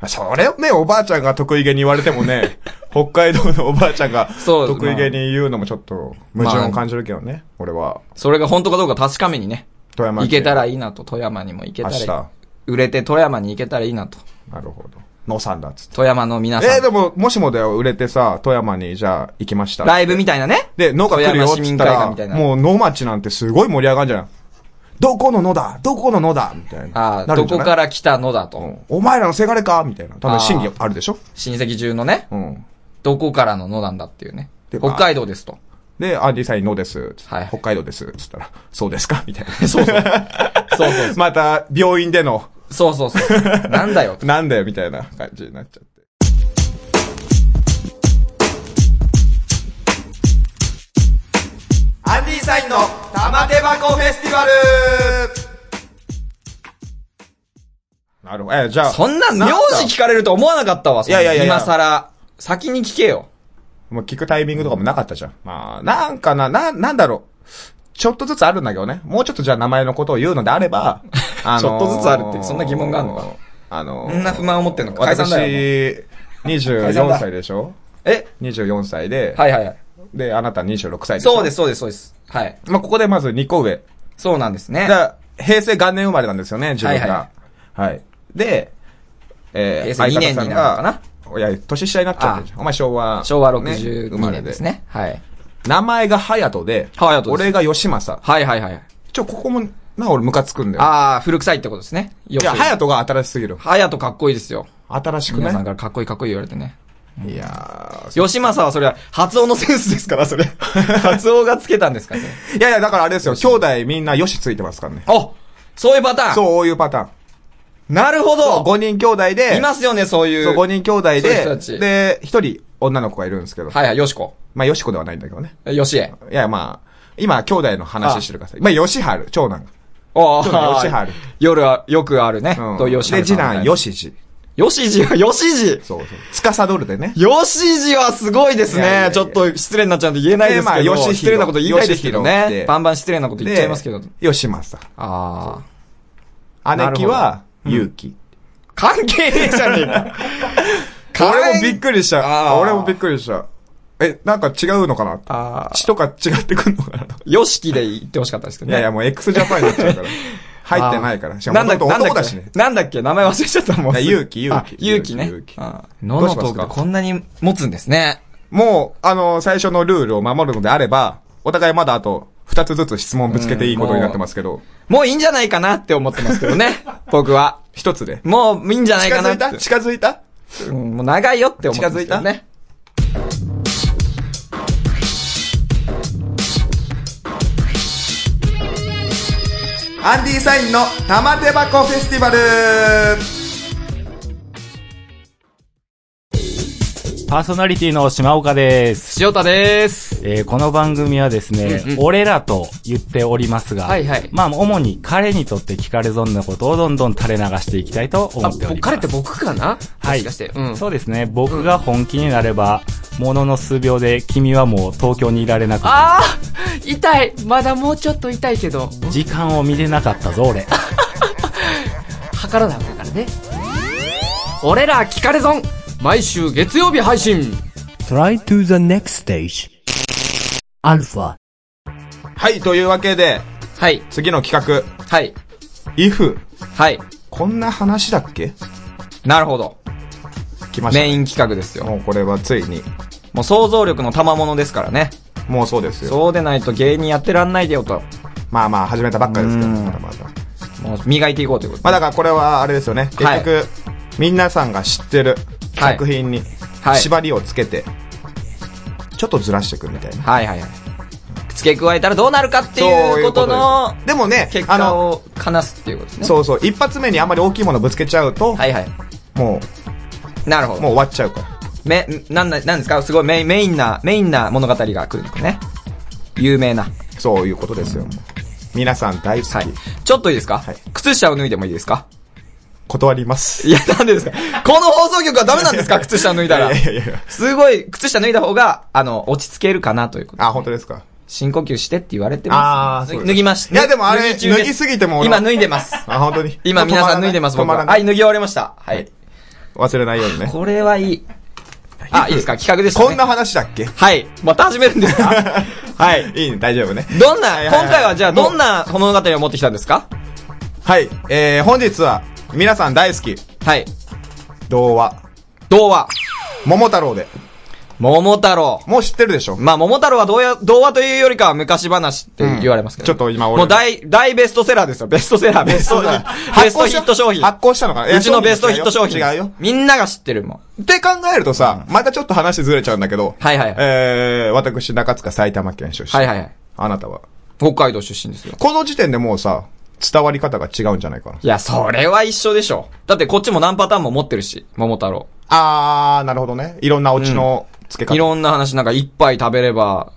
Speaker 1: ら。
Speaker 2: それをね、おばあちゃんが得意げに言われても ね、北海道のおばあちゃんが
Speaker 1: そう
Speaker 2: 得意げに言うのもちょっと矛盾を感じるけどね、俺は。
Speaker 1: それが本当かどうか確かめにね。
Speaker 2: 富山
Speaker 1: 行
Speaker 2: 県。
Speaker 1: けたらいいなと、富山にも行けたらいい。売れて富山に行けたらいいなと。
Speaker 2: なるほど。野さんだっつって。
Speaker 1: 富山の皆さん。
Speaker 2: えー、でも、もしもだよ、売れてさ、富山にじゃあ行きました。
Speaker 1: ライブみたいなね。
Speaker 2: で、野が来るよって言った
Speaker 1: 富山市民会館みたい
Speaker 2: ら、
Speaker 1: な
Speaker 2: もう野町なんてすごい盛り上がるじゃん。どこの野だどこの野だみたいな。
Speaker 1: ああ、
Speaker 2: なる
Speaker 1: ど
Speaker 2: んじ
Speaker 1: こ
Speaker 2: ゃない
Speaker 1: から来たのだと。
Speaker 2: お前らのせがれかみたいな。多分審議あるでしょ
Speaker 1: 親戚中のね、
Speaker 2: うん。
Speaker 1: どこからののなんだっていうね。
Speaker 2: で
Speaker 1: 北海道ですと。
Speaker 2: で、あ、実際に野です。
Speaker 1: はい
Speaker 2: 北海道です。つったら、そうですかみたいな。
Speaker 1: そう そう。そうそう
Speaker 2: また、病院での、
Speaker 1: そう。そうそうそう。 なんだよと。
Speaker 2: なんだよみたいな感じになっちゃって。アンディサインの玉手箱フェスティバルなるほど。え、じゃあ。
Speaker 1: そんな、名字聞かれると思わなかったわ。そんない
Speaker 2: やいやいや
Speaker 1: 今更、先に聞けよ。
Speaker 2: もう聞くタイミングとかもなかったじゃん。まあ、なんかな、な、なんだろう。ちょっとずつあるんだけどね。もうちょっとじゃあ名前のことを言うのであれ ば、あ
Speaker 1: ちょっとずつあるってそんな疑問があるのか
Speaker 2: あのー、
Speaker 1: そんな不満を持ってんのか解散
Speaker 2: 私
Speaker 1: だよ。解散
Speaker 2: 24
Speaker 1: だ
Speaker 2: 歳でしょ
Speaker 1: え
Speaker 2: ?24 歳で、
Speaker 1: はいはいはい。
Speaker 2: で、あなた26歳でしょ
Speaker 1: そうです、そうです、そうです。はい。
Speaker 2: まあ、ここでまず2個上。
Speaker 1: そうなんですね
Speaker 2: だか。ら平成元年生まれなんですよね、自分が。はい、で、え
Speaker 1: 平成2年になるのかな
Speaker 2: ないや、年下になっちゃってるじゃん。お前昭和、
Speaker 1: 昭和
Speaker 2: ね生ま
Speaker 1: 62
Speaker 2: れ
Speaker 1: 年です。ね。はい。
Speaker 2: 名前が隼人で、
Speaker 1: 隼人です
Speaker 2: 俺が吉政。
Speaker 1: はいはいはい。
Speaker 2: ちょ、ここも、な、俺ムカつくんだよ。
Speaker 1: あー、古臭いってことですね。い
Speaker 2: いや、隼人が新しすぎる。
Speaker 1: はやとかっこいいですよ。
Speaker 2: 新しく
Speaker 1: 皆さん
Speaker 2: ね。
Speaker 1: からかっこいいかっこいい言われてね。
Speaker 2: いやー
Speaker 1: 吉政はそれは発音のセンスですから、 それ。発音がつけたんです から、それ
Speaker 2: いやいや、だからあれですよ、兄弟みんなよしついてますからね。
Speaker 1: あそういうパターン
Speaker 2: そういうパターン。
Speaker 1: なるほ
Speaker 2: そう、
Speaker 1: ど
Speaker 2: 5人兄弟で、
Speaker 1: いますよね、そういう。
Speaker 2: そう、5人兄弟
Speaker 1: そういう人たち
Speaker 2: で、で、1人女の子がいるんですけど、
Speaker 1: はいはい、よしこ。
Speaker 2: まあ、よし子ではないんだけどね。
Speaker 1: よしえ。
Speaker 2: いや、まあ、今、兄弟の話してるからさ。まあ、吉春、長男
Speaker 1: あ
Speaker 2: ちょっと吉春。
Speaker 1: 夜は、よくあるね。
Speaker 2: が。
Speaker 1: と、よし
Speaker 2: で、次男、
Speaker 1: よ
Speaker 2: よ
Speaker 1: し。
Speaker 2: しじ。
Speaker 1: よしじは、よしじ
Speaker 2: そうそう。つかさどるでね。
Speaker 1: よしじはすごいですね。
Speaker 2: いやいやいや
Speaker 1: ちょっと失礼になっちゃうんで言えないですけど。
Speaker 2: でまあよしひろ
Speaker 1: 失礼なこと言いたいですけど
Speaker 2: よしひろ
Speaker 1: ね
Speaker 2: って。
Speaker 1: バンバン失礼なこと言っちゃいますけど。
Speaker 2: で、吉政。
Speaker 1: ああ。
Speaker 2: 姉貴は、勇気。
Speaker 1: 関係ねえじゃねえ か。
Speaker 2: 俺もびっくりし
Speaker 1: あ
Speaker 2: た。
Speaker 1: ー
Speaker 2: 俺もびっくりした。え、なんか違うのかな
Speaker 1: あ
Speaker 2: 血とか違ってくんのかな
Speaker 1: よしきで言ってほしかったですけど
Speaker 2: い
Speaker 1: ね。
Speaker 2: やいや、もう x ジャパンになっちゃ うから。入ってないから。しかも
Speaker 1: なんだっけ、
Speaker 2: 元
Speaker 1: な
Speaker 2: 々
Speaker 1: んだ
Speaker 2: 男だ
Speaker 1: っ
Speaker 2: し
Speaker 1: け
Speaker 2: ね。、
Speaker 1: なんだっけ、名前忘れちゃったもん。
Speaker 2: いや勇気勇
Speaker 1: あ
Speaker 2: 気
Speaker 1: 勇気ね
Speaker 2: 勇気。
Speaker 1: あ野のトークでこんなに持つんですね。
Speaker 2: もう、あの、最初のルールを守るのであれば、お互いまだあと、二つずつ質問ぶつけていいことになってますけど、
Speaker 1: もういいんじゃないかなって思ってますけどね。僕は。
Speaker 2: 一つで。
Speaker 1: もういいんじゃないか
Speaker 2: 近
Speaker 1: な
Speaker 2: づ
Speaker 1: っ
Speaker 2: いた
Speaker 1: て。
Speaker 2: 近づいた
Speaker 1: うんもう長いよって思ってますけどね。
Speaker 2: アンディサインの玉手箱フェスティバル
Speaker 6: パーソナリティの島岡です。
Speaker 1: 塩田です。
Speaker 6: えーこの番組はですね、俺らと言っておりますが、
Speaker 1: はいはい
Speaker 6: まあ、主に彼にとって聞かれ損なことをどんどん垂れ流していきたいと思
Speaker 7: あ
Speaker 6: っております。
Speaker 7: 彼って僕かな
Speaker 6: は
Speaker 7: もし
Speaker 6: い
Speaker 7: かして。うん。
Speaker 6: そうですね、僕が本気になれば、ものの数秒で君はもう東京にいられなくな
Speaker 7: ああ痛いまだもうちょっと痛いけど、
Speaker 6: る時間を見れなかったぞ、俺。
Speaker 7: 測らなあかんからね。俺ら聞かれ損毎週月曜日配信
Speaker 3: Try to the next stage. Alpha.
Speaker 2: はい、というわけで、
Speaker 1: はい。
Speaker 2: 次の企
Speaker 1: はい。
Speaker 2: 画、IF。
Speaker 1: はい。
Speaker 2: こんな話だっけ
Speaker 1: なるほど。
Speaker 2: 来ました、
Speaker 1: メ
Speaker 2: ね。
Speaker 1: イン企画ですよ。
Speaker 2: もうこれはついに、
Speaker 1: もう想像力の賜物ですからね。
Speaker 2: もうそうですよ。
Speaker 1: そうでないと芸人やってらんないでよと。
Speaker 2: まあまあ、始めたばっかですから、まだまだ。
Speaker 1: もう磨いていこうということ
Speaker 2: まあだからこれはあれですよね。結
Speaker 1: はい
Speaker 2: 局、皆さんが知ってる
Speaker 1: はい
Speaker 2: 作品に
Speaker 1: はい
Speaker 2: 縛りをつけて、ちょっとずらしていくみたいな。
Speaker 1: はいはいはい。付け加えたらどうなるかっていうこと
Speaker 2: そう
Speaker 1: の
Speaker 2: いうことですでもね、
Speaker 1: 結果
Speaker 2: あの、
Speaker 1: を話すっていうことですね。
Speaker 2: そうそう、一発目にあんまり大きいものぶつけちゃうと、
Speaker 1: はいはい。
Speaker 2: も
Speaker 1: なるほ
Speaker 2: う、
Speaker 1: ど。
Speaker 2: もう終わっちゃうから。
Speaker 1: め、なんな、なんですかすごいメインメインな、メインな物語が来るのかね。有名な。は
Speaker 2: そういうことですよ。もう皆さん大好き。
Speaker 1: い。ちょっといいですか、
Speaker 2: はい
Speaker 1: 靴下を脱いでもいいですか
Speaker 2: 断ります。
Speaker 1: いや、なんでですかこの放送局はダメなんですか靴下脱いだら
Speaker 2: い。やいやいや。
Speaker 1: すごい、靴下脱いだ方が、あの、落ち着けるかなということ。
Speaker 2: あ、本当ですか。
Speaker 1: 深呼吸してって言われて
Speaker 2: あ
Speaker 1: ま
Speaker 2: ー
Speaker 1: す、
Speaker 2: そうです
Speaker 1: 脱ぎました。
Speaker 2: いやでもあれ
Speaker 1: 脱中です
Speaker 2: 脱ぎすぎても俺
Speaker 1: 今脱いでます。
Speaker 2: あ、本当に。
Speaker 1: 今皆さん脱いでます、
Speaker 2: 止
Speaker 1: 僕
Speaker 2: まら
Speaker 1: は。
Speaker 2: な。
Speaker 1: はいい、脱ぎ終わりました。はい。
Speaker 2: 忘れないよう にね。
Speaker 1: これはいい。あ、いいですか企画でした、ね。
Speaker 2: こんな。話だっ け
Speaker 1: はい。また始めるんですかはい。
Speaker 2: いいね、大丈夫ね。
Speaker 1: どんな、
Speaker 2: いはい
Speaker 1: 今
Speaker 2: はい
Speaker 1: 回はじゃあどんな物語を持ってきたんですか
Speaker 2: はい、えー、本日は、皆さん大好き、
Speaker 1: はい。
Speaker 2: 童話、
Speaker 1: 童話。
Speaker 2: 桃太郎で。
Speaker 1: 桃太郎。
Speaker 2: もう知ってるでしょ
Speaker 1: まあ、桃太郎は童話童話というよりかは昔話って言われますけど。
Speaker 2: ちょっと今俺
Speaker 1: もう大、大ベストセラーですよ。ベストセラー、ベストセラー。ベストヒット商品。
Speaker 2: 発行したのかないう
Speaker 1: ちのベストヒット商品。
Speaker 2: 違うよ。
Speaker 1: みんなが知ってるもん。
Speaker 2: って考えるとさ、またちょっと話ずれちゃうんだけど、
Speaker 1: はいはいはい
Speaker 2: えー、私、中塚埼玉県出身。
Speaker 1: はいはいはい。
Speaker 2: あなたは。
Speaker 1: 北海道出身ですよ。
Speaker 2: この時点でもうさ、伝わり方が違うんじゃないかな。
Speaker 1: いや、それは一緒でしょ。だってこっちも何パターンも持ってるし、桃太郎。
Speaker 2: あー、なるほどね。いろんなオチの付け方。。
Speaker 1: いろんな話、なんか一杯食べれば、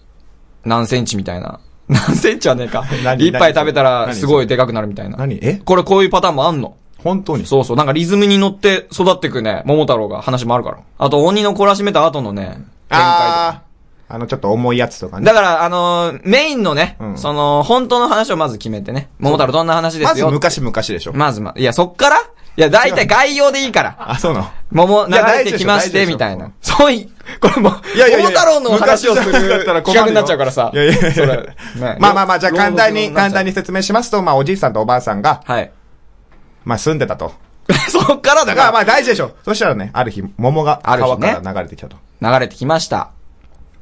Speaker 1: 何センチみたいな。 何センチはねえか
Speaker 2: 何
Speaker 1: 一杯食べたら、
Speaker 2: 何
Speaker 1: すごいでかくなるみたいな。
Speaker 2: 何え
Speaker 1: これこういうパターンもあんの。
Speaker 2: 本当に。
Speaker 1: そうそう。なんかリズムに乗って育ってくね、桃太郎が話もあるから。あと、鬼の懲らしめた後のね、展開とか
Speaker 2: ああの、ちょっと重いやつとかね。
Speaker 1: だから、あのーメインのね、
Speaker 2: うん
Speaker 1: その、本当の話をまず決めてね。桃太郎どんな話で
Speaker 2: ますず
Speaker 1: よ。
Speaker 2: 昔々でしょ。
Speaker 1: まずま、いや、そっからいや、だいたい概要でいいから。
Speaker 2: あ、そうなの。
Speaker 1: 桃、流
Speaker 2: いや
Speaker 1: れてきまして、
Speaker 2: 大事でしょ
Speaker 1: みたいな
Speaker 2: 大。
Speaker 1: そうい、これもう、
Speaker 2: いやいやいや
Speaker 1: 桃太郎の話をする
Speaker 2: 昔じゃなかったら
Speaker 1: 企
Speaker 2: 困るよ
Speaker 1: 画になっちゃうからさ。
Speaker 2: いやいやいや
Speaker 1: それね
Speaker 2: まあまあまあ、じゃあ簡単
Speaker 1: 朗読
Speaker 2: に、
Speaker 1: のなっ
Speaker 2: 簡
Speaker 1: ちゃう
Speaker 2: 単に説明しますと、まあおじいさんとおばあさんが、
Speaker 1: はい。
Speaker 2: まあ住んでたと。
Speaker 1: そっからだ
Speaker 2: まあま
Speaker 1: か
Speaker 2: あ大事でしょ。そしたらね、ある日、桃が
Speaker 1: ある日
Speaker 2: 川
Speaker 1: ね
Speaker 2: から流れてきたと。
Speaker 1: ら、流れてきました。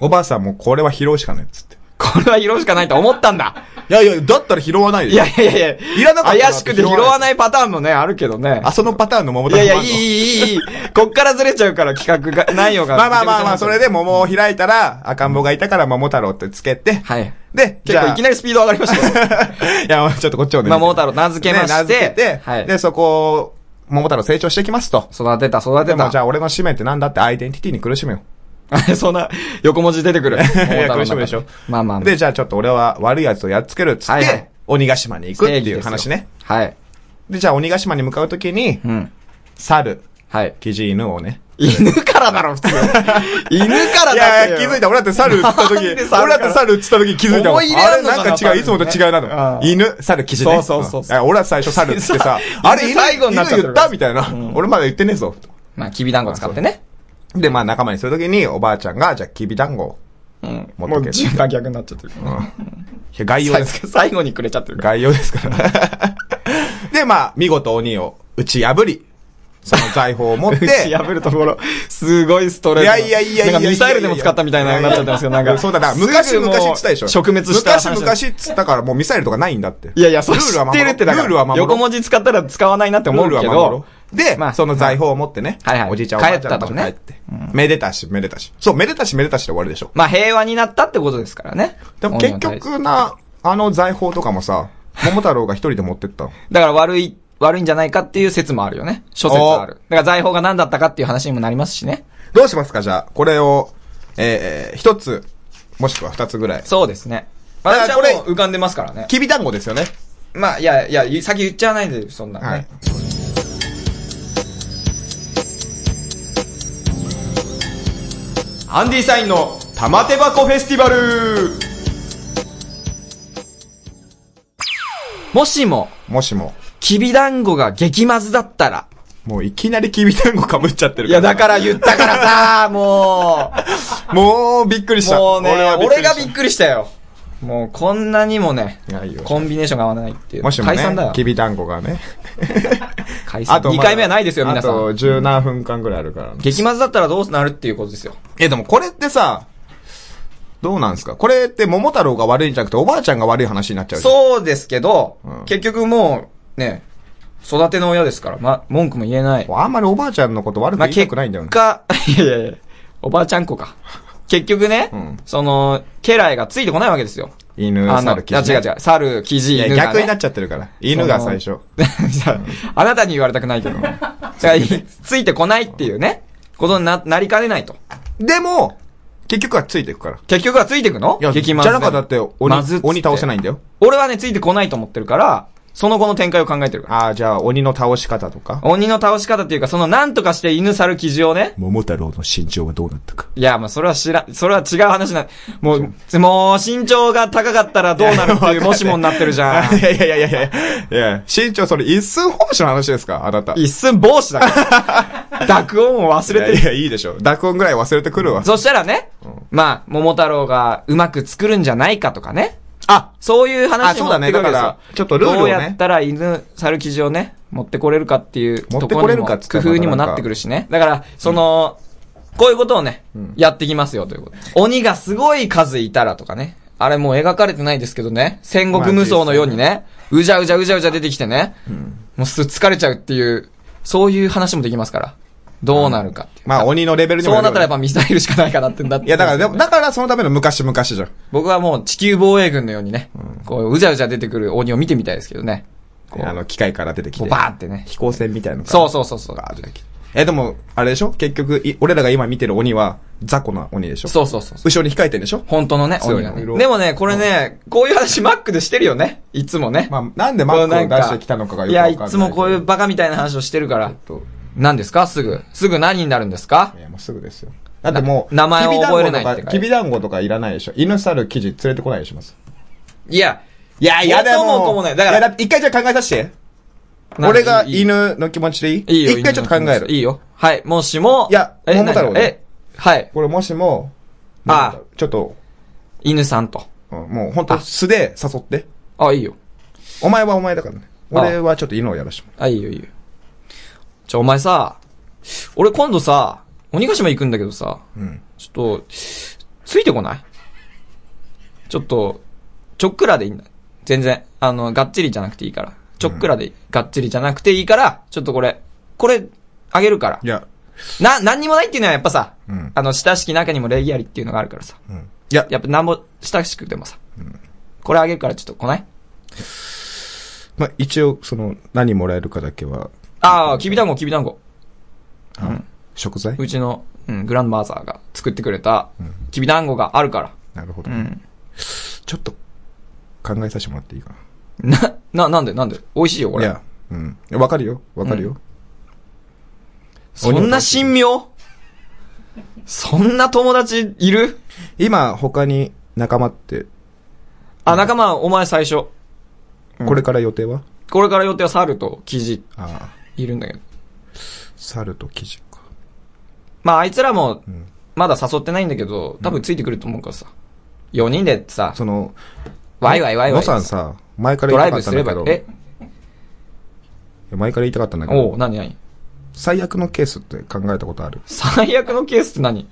Speaker 2: おばあさんもこれは拾うしかないっつって。
Speaker 1: これは拾うしかないと思ったんだ。
Speaker 2: いやいや、だったら拾わないよ。
Speaker 1: いやいやいやい
Speaker 2: いらなかったな
Speaker 1: 怪しくて拾わないパターンもね、あるけどね。
Speaker 2: あ、そのパターンの桃
Speaker 1: い
Speaker 2: 太
Speaker 1: やい
Speaker 2: 郎もあ
Speaker 1: や、い
Speaker 2: んの
Speaker 1: い、いい、いい。こっからずれちゃうから企画が、内容が。
Speaker 2: まあまあまあまあ、それ
Speaker 1: で。
Speaker 2: で桃を開いたら、赤ん坊がいたから桃太郎ってつけて、
Speaker 1: はい。
Speaker 2: で、じ
Speaker 1: 結構
Speaker 2: ゃ
Speaker 1: い
Speaker 2: あ、
Speaker 1: き
Speaker 2: い
Speaker 1: なりスピード上がりましたよ。
Speaker 2: や、ちょっとこっちをね。
Speaker 1: まあ桃太郎名付けまして
Speaker 2: ね名付けて、
Speaker 1: はい
Speaker 2: で、そこを、桃太郎成長していきますと。
Speaker 1: 育てた、育
Speaker 2: で
Speaker 1: て
Speaker 2: も、じ
Speaker 1: た。
Speaker 2: ゃあ俺の使命ってなんだってアイデンティティに苦しむよ。
Speaker 1: そんな、横文字出てくる。桃
Speaker 2: いや
Speaker 1: 太郎の中
Speaker 2: 苦しむでしょ。
Speaker 1: まあまあまあ。
Speaker 2: で、じゃあちょっと俺は悪い奴をやっつけるっつって、
Speaker 1: はいはい
Speaker 2: 鬼ヶ島に行くっていう話ね。
Speaker 1: はい。
Speaker 2: で、じゃあ鬼ヶ島に向かうときに、
Speaker 1: うん。
Speaker 2: 猿、
Speaker 1: はい。
Speaker 2: キジ犬をね。
Speaker 1: 犬からだろ、普 通。犬からだ
Speaker 2: いやいや、気づい
Speaker 1: た。
Speaker 2: た。俺だって猿映ったと
Speaker 1: な
Speaker 2: き、俺
Speaker 1: んで猿から
Speaker 2: だって猿映ったとき気づいたもん。
Speaker 1: 思い入れあん
Speaker 2: あれ
Speaker 1: のかな
Speaker 2: なんか違う、いつもと違うな
Speaker 1: あ
Speaker 2: の。
Speaker 1: あ
Speaker 2: 犬、猿、キジね。
Speaker 1: そうそうそうん、
Speaker 2: いや俺は最初猿っつってさ
Speaker 1: 犬
Speaker 2: あれ犬
Speaker 1: 最後になっちゃって
Speaker 2: 犬
Speaker 1: る
Speaker 2: 言ったみたいな。俺まだ言ってねえぞ。
Speaker 1: まあ、きびだんご使ってね。
Speaker 2: で、まあ仲間にするときに、おばあちゃんが、じゃあ、きび団子を
Speaker 1: うん。
Speaker 2: 持ってけって。い
Speaker 1: 番逆になっちゃってる。
Speaker 2: や概要です。
Speaker 1: 最後にくれちゃってるから。
Speaker 2: 概要ですから。 で、まあ、見事鬼を打ち破り、その財宝を持っ て、
Speaker 1: 打ち破るところ、すごいストレートな。
Speaker 2: いやいやいやいやいや
Speaker 1: なんかミサイルでも使ったみたいなになっちゃってますけど、なんか。
Speaker 2: そうだな、昔
Speaker 1: すぐもう
Speaker 2: 昔っつったでしょ。
Speaker 1: 食滅した話。
Speaker 2: 昔昔っつったからもうミサイルとかないんだって。
Speaker 1: いやいや、それ
Speaker 2: ルールは
Speaker 1: 知って
Speaker 2: 守ろ
Speaker 1: る
Speaker 2: う
Speaker 1: ってだから。
Speaker 2: ルールは守ろう
Speaker 1: 横文字使ったら使わないなって思うけ
Speaker 2: ルールは守
Speaker 1: ど
Speaker 2: ろ。うで、
Speaker 1: まあ
Speaker 2: その財宝を持ってね、
Speaker 1: はいはい
Speaker 2: おじいちゃんおばあちゃん
Speaker 1: 帰った
Speaker 2: た
Speaker 1: と
Speaker 2: ち
Speaker 1: ね
Speaker 2: 帰って、めでたし、めでたし。そう、めでたし、めでたしで終わるでしょ。
Speaker 1: まあ平和になったってことですからね。
Speaker 2: でも結局な、あの財宝とかもさ、桃太郎が一人で持ってったの。
Speaker 1: だから悪い、悪いんじゃないかっていう説もあるよね。諸説ある。だから財宝が何だったかっていう話にもなりますしね。
Speaker 2: どうしますかじゃあ、これを、えーえー、一つ、もしくは二つぐらい。
Speaker 1: そうですね。
Speaker 2: だから
Speaker 1: 私はも
Speaker 2: こ
Speaker 1: う浮かんでますからね。
Speaker 2: きび団子ですよね。
Speaker 1: まあ、いやいや、先言っちゃわないで、そんな、ね。
Speaker 2: はい。
Speaker 1: アンディサインの玉手箱フェスティバルもしも、
Speaker 2: もしも、
Speaker 1: きびだんごが激まずだったら。
Speaker 2: もういきなりきび団子かぶっちゃってる
Speaker 1: い
Speaker 2: から。
Speaker 1: や、だから言ったからさ、 も
Speaker 2: もう、びっくり
Speaker 1: う、
Speaker 2: した。
Speaker 1: もうね、俺
Speaker 2: 俺
Speaker 1: が
Speaker 2: が
Speaker 1: び
Speaker 2: び
Speaker 1: っ
Speaker 2: っくりし
Speaker 1: くりしたよ。もう、こんなにもね
Speaker 2: いやいいよ、
Speaker 1: コンビネーションが合わないってい
Speaker 2: た。
Speaker 1: う。
Speaker 2: もしも
Speaker 1: 解散だ
Speaker 2: ね
Speaker 1: よ、。
Speaker 2: きび団子がね。
Speaker 1: 解散。2
Speaker 2: まだ
Speaker 1: 回目はないですよ、皆さ
Speaker 2: あと、
Speaker 1: ん。
Speaker 2: 十何分間ぐらいあるから。
Speaker 1: 激まずだったらどうなるっていうことですよ。
Speaker 2: え、でもこれってさ、どうなんですかこれって桃太郎が悪いんじゃなくて、おばあちゃんが悪い話になっちゃうじゃん
Speaker 1: そうですけど、
Speaker 2: うん
Speaker 1: 結局もう、ね、育ての親ですから、ま、文句も言えない。
Speaker 2: あんまりおばあちゃんのこと悪く
Speaker 1: まあ、
Speaker 2: 言
Speaker 1: 結
Speaker 2: いた
Speaker 1: 果、
Speaker 2: くないんだよね。
Speaker 1: いやいやいや、おばあちゃん子 か。結局ね、
Speaker 2: うん
Speaker 1: その、家来がついてこないわけですよ。
Speaker 2: 犬、
Speaker 1: あの、
Speaker 2: 猿、キジ
Speaker 1: い
Speaker 2: ね。
Speaker 1: や違う違う、猿、キジ、
Speaker 2: いや
Speaker 1: 犬が、ね。
Speaker 2: 逆になっちゃってるから。犬が最初。
Speaker 1: そのあなたに言われたくない けど。だからいついてこないっていうね、ことにな、なりかねないと。
Speaker 2: でも、結局はついていくから。
Speaker 1: 結局はついてくの
Speaker 2: いや、
Speaker 1: 激
Speaker 2: じゃ
Speaker 1: まずで
Speaker 2: な
Speaker 1: も
Speaker 2: かだって、鬼
Speaker 1: まずっつっ、て
Speaker 2: 鬼倒せないんだよ。
Speaker 1: 俺はね、ついてこないと思ってるから、その後の展開を考えてるから。
Speaker 2: ああ、じゃあ、鬼の倒し方とか。
Speaker 1: 鬼の倒し方っていうか、その、なんとかして犬猿キジをね、
Speaker 2: 桃太郎の身長はどうなったか。
Speaker 1: いや、まあ、それは知ら、それは違う話な、もう、つもう、身長が高かったらどうなるっていう、もしもになってるじゃん。
Speaker 2: いやいやいやいやいや。いや、身長それ一寸法師の話ですかあなた。
Speaker 1: 一寸防止だから。濁音を忘れて
Speaker 2: いやい
Speaker 1: る。
Speaker 2: や、いいでしょ。濁音ぐらい忘れてくるわ。
Speaker 1: そしたらね、まあ、桃太郎がうまく作るんじゃないかとかね。
Speaker 2: あ
Speaker 1: そういう話
Speaker 2: あ
Speaker 1: に
Speaker 2: そう
Speaker 1: 持
Speaker 2: だ
Speaker 1: って
Speaker 2: ね
Speaker 1: くるわけですよ。
Speaker 2: だからちょっとルール
Speaker 1: ど
Speaker 2: をね
Speaker 1: うやったら犬、猿生地をね、持ってこれるかっていう
Speaker 2: 持
Speaker 1: と
Speaker 2: って
Speaker 1: こ
Speaker 2: こ
Speaker 1: ろ
Speaker 2: れ
Speaker 1: に
Speaker 2: る
Speaker 1: も
Speaker 2: か
Speaker 1: 工
Speaker 2: っつっても
Speaker 1: 夫にもなってくるしね。だから、その、こういうことをね、やってきますよということ。鬼がすごい数いたらとかね。あれもう描かれてないですけどね。戦国無双のようにね、うじゃうじゃうじゃうじゃ出てきてね。もうすぐ疲れちゃうっていう、そういう話もできますから。どうなるかっていう。
Speaker 2: まあ、鬼のレベルにも
Speaker 1: そう
Speaker 2: よる
Speaker 1: な
Speaker 2: よ
Speaker 1: った
Speaker 2: ね
Speaker 1: らやっぱミサイルしかないかなってなって。
Speaker 2: いや、だから、でもだからそのための昔々じゃん。
Speaker 1: 僕はもう地球防衛軍のようにね、こう、うじゃうじゃ出てくる鬼を見てみたいですけどね。こう、
Speaker 2: あの、機械から出てき
Speaker 1: こう
Speaker 2: て。
Speaker 1: バーンってね。
Speaker 2: 飛行船みたいなのから
Speaker 1: そうそうそうそう。
Speaker 2: バーンって出てきてえ、でも、あれでしょ結局、い俺らが今見てる鬼は、雑魚な鬼でしょ
Speaker 1: そうそうそうそう。
Speaker 2: 後ろに控えてんでしょ
Speaker 1: 本当のね、
Speaker 2: 強
Speaker 1: 鬼
Speaker 2: い
Speaker 1: が
Speaker 2: な
Speaker 1: ね。
Speaker 2: 色々
Speaker 1: でもね、これね、こういう話マックでしてるよね。いつもね。
Speaker 2: まあ、なんでマック
Speaker 1: こうなん
Speaker 2: を
Speaker 1: か
Speaker 2: 出してきたのかがよ
Speaker 1: い
Speaker 2: くわ
Speaker 1: や、
Speaker 2: かんない。
Speaker 1: いつもこういうバカみたいな話をしてるから。
Speaker 2: と。
Speaker 1: 何ですかすぐ。すぐ何になるんですか
Speaker 2: いや、もうすぐですよ。だってもう、
Speaker 1: な名前を覚えれないって書いてある
Speaker 2: きびだんごとかいらないでしょ。犬猿記事連れてこないでします。
Speaker 1: いや、
Speaker 2: いや
Speaker 1: いやだよもう元も子もないだから
Speaker 2: いやだって一回じゃあ考えさせて。
Speaker 1: な
Speaker 2: 俺が
Speaker 1: いい
Speaker 2: 犬の気持ちでいい
Speaker 1: いいよ。
Speaker 2: 一回ちょっと考える。
Speaker 1: いいよ。はい。もしも、
Speaker 2: いや
Speaker 1: え
Speaker 2: 桃太郎
Speaker 1: 何え、はい。
Speaker 2: これもしも、
Speaker 1: ああ
Speaker 2: ちょっと、
Speaker 1: 犬さんと。
Speaker 2: うんもう本当素で誘って。
Speaker 1: あ、いいよ。
Speaker 2: お前はお前だからね。
Speaker 1: ああ
Speaker 2: 俺はちょっと犬をやらしてもら
Speaker 1: あ、いいよいいよ。じゃあお前さ、俺今度さ、鬼ヶ島行くんだけどさ、
Speaker 2: ん
Speaker 1: ちょっと、ついてこないちょっと、ちょっくらでいいんだ。全然。あの、がっちりじゃなくていいから。ちょっくらでいい。がっちりじゃなくていいから、ちょっとこれ、これ、あげるから
Speaker 2: う。い。や、
Speaker 1: な、なんにもないっていうのはやっぱさ、
Speaker 2: うん
Speaker 1: あの、親しき中にも礼儀ありっていうのがあるからさ。
Speaker 2: うん。いや、
Speaker 1: やっぱなんも親しくてもさ、これあげるからちょっと来ない
Speaker 2: まあ、一応、その、何もらえるかだけは、
Speaker 1: ああ、きびだんご、きびだんご。
Speaker 2: 食材
Speaker 1: うちの、うん、グランマザーが作ってくれた、きびだんごがあるから。
Speaker 2: なるほど
Speaker 1: う。ん。
Speaker 2: ちょっと、考えさせてもらっていいか
Speaker 1: な、な、なんで、なんで美味しいよ、こ
Speaker 2: な。い
Speaker 1: れ。
Speaker 2: や、うん。わかるよ。わかるよ。
Speaker 1: そんな神妙そんな友達いる
Speaker 2: 今、他に仲間って、
Speaker 1: あ、仲間、お前最初。
Speaker 2: これから予定は
Speaker 1: これから予定は猿とキジ
Speaker 2: ああ、
Speaker 1: いるんだけど。
Speaker 2: 猿と生地か。
Speaker 1: まあ、あいつらも
Speaker 2: ん、
Speaker 1: まだ誘ってないんだけど、多分ついてくると思うからさ。4人でさ、
Speaker 2: その、
Speaker 1: ワイワイワイワ
Speaker 2: 野
Speaker 1: イ。
Speaker 2: さんさ、前から
Speaker 1: ド
Speaker 2: 言い
Speaker 1: ラ
Speaker 2: た
Speaker 1: イ
Speaker 2: か
Speaker 1: ブすれ
Speaker 2: ったんだ
Speaker 1: ば
Speaker 2: け
Speaker 1: いい
Speaker 2: ど、
Speaker 1: え、
Speaker 2: 前から言いたかったんだけ
Speaker 1: おう、
Speaker 2: ど、
Speaker 1: なになに
Speaker 2: 最悪のケースって考えたことある
Speaker 1: 最悪のケースって何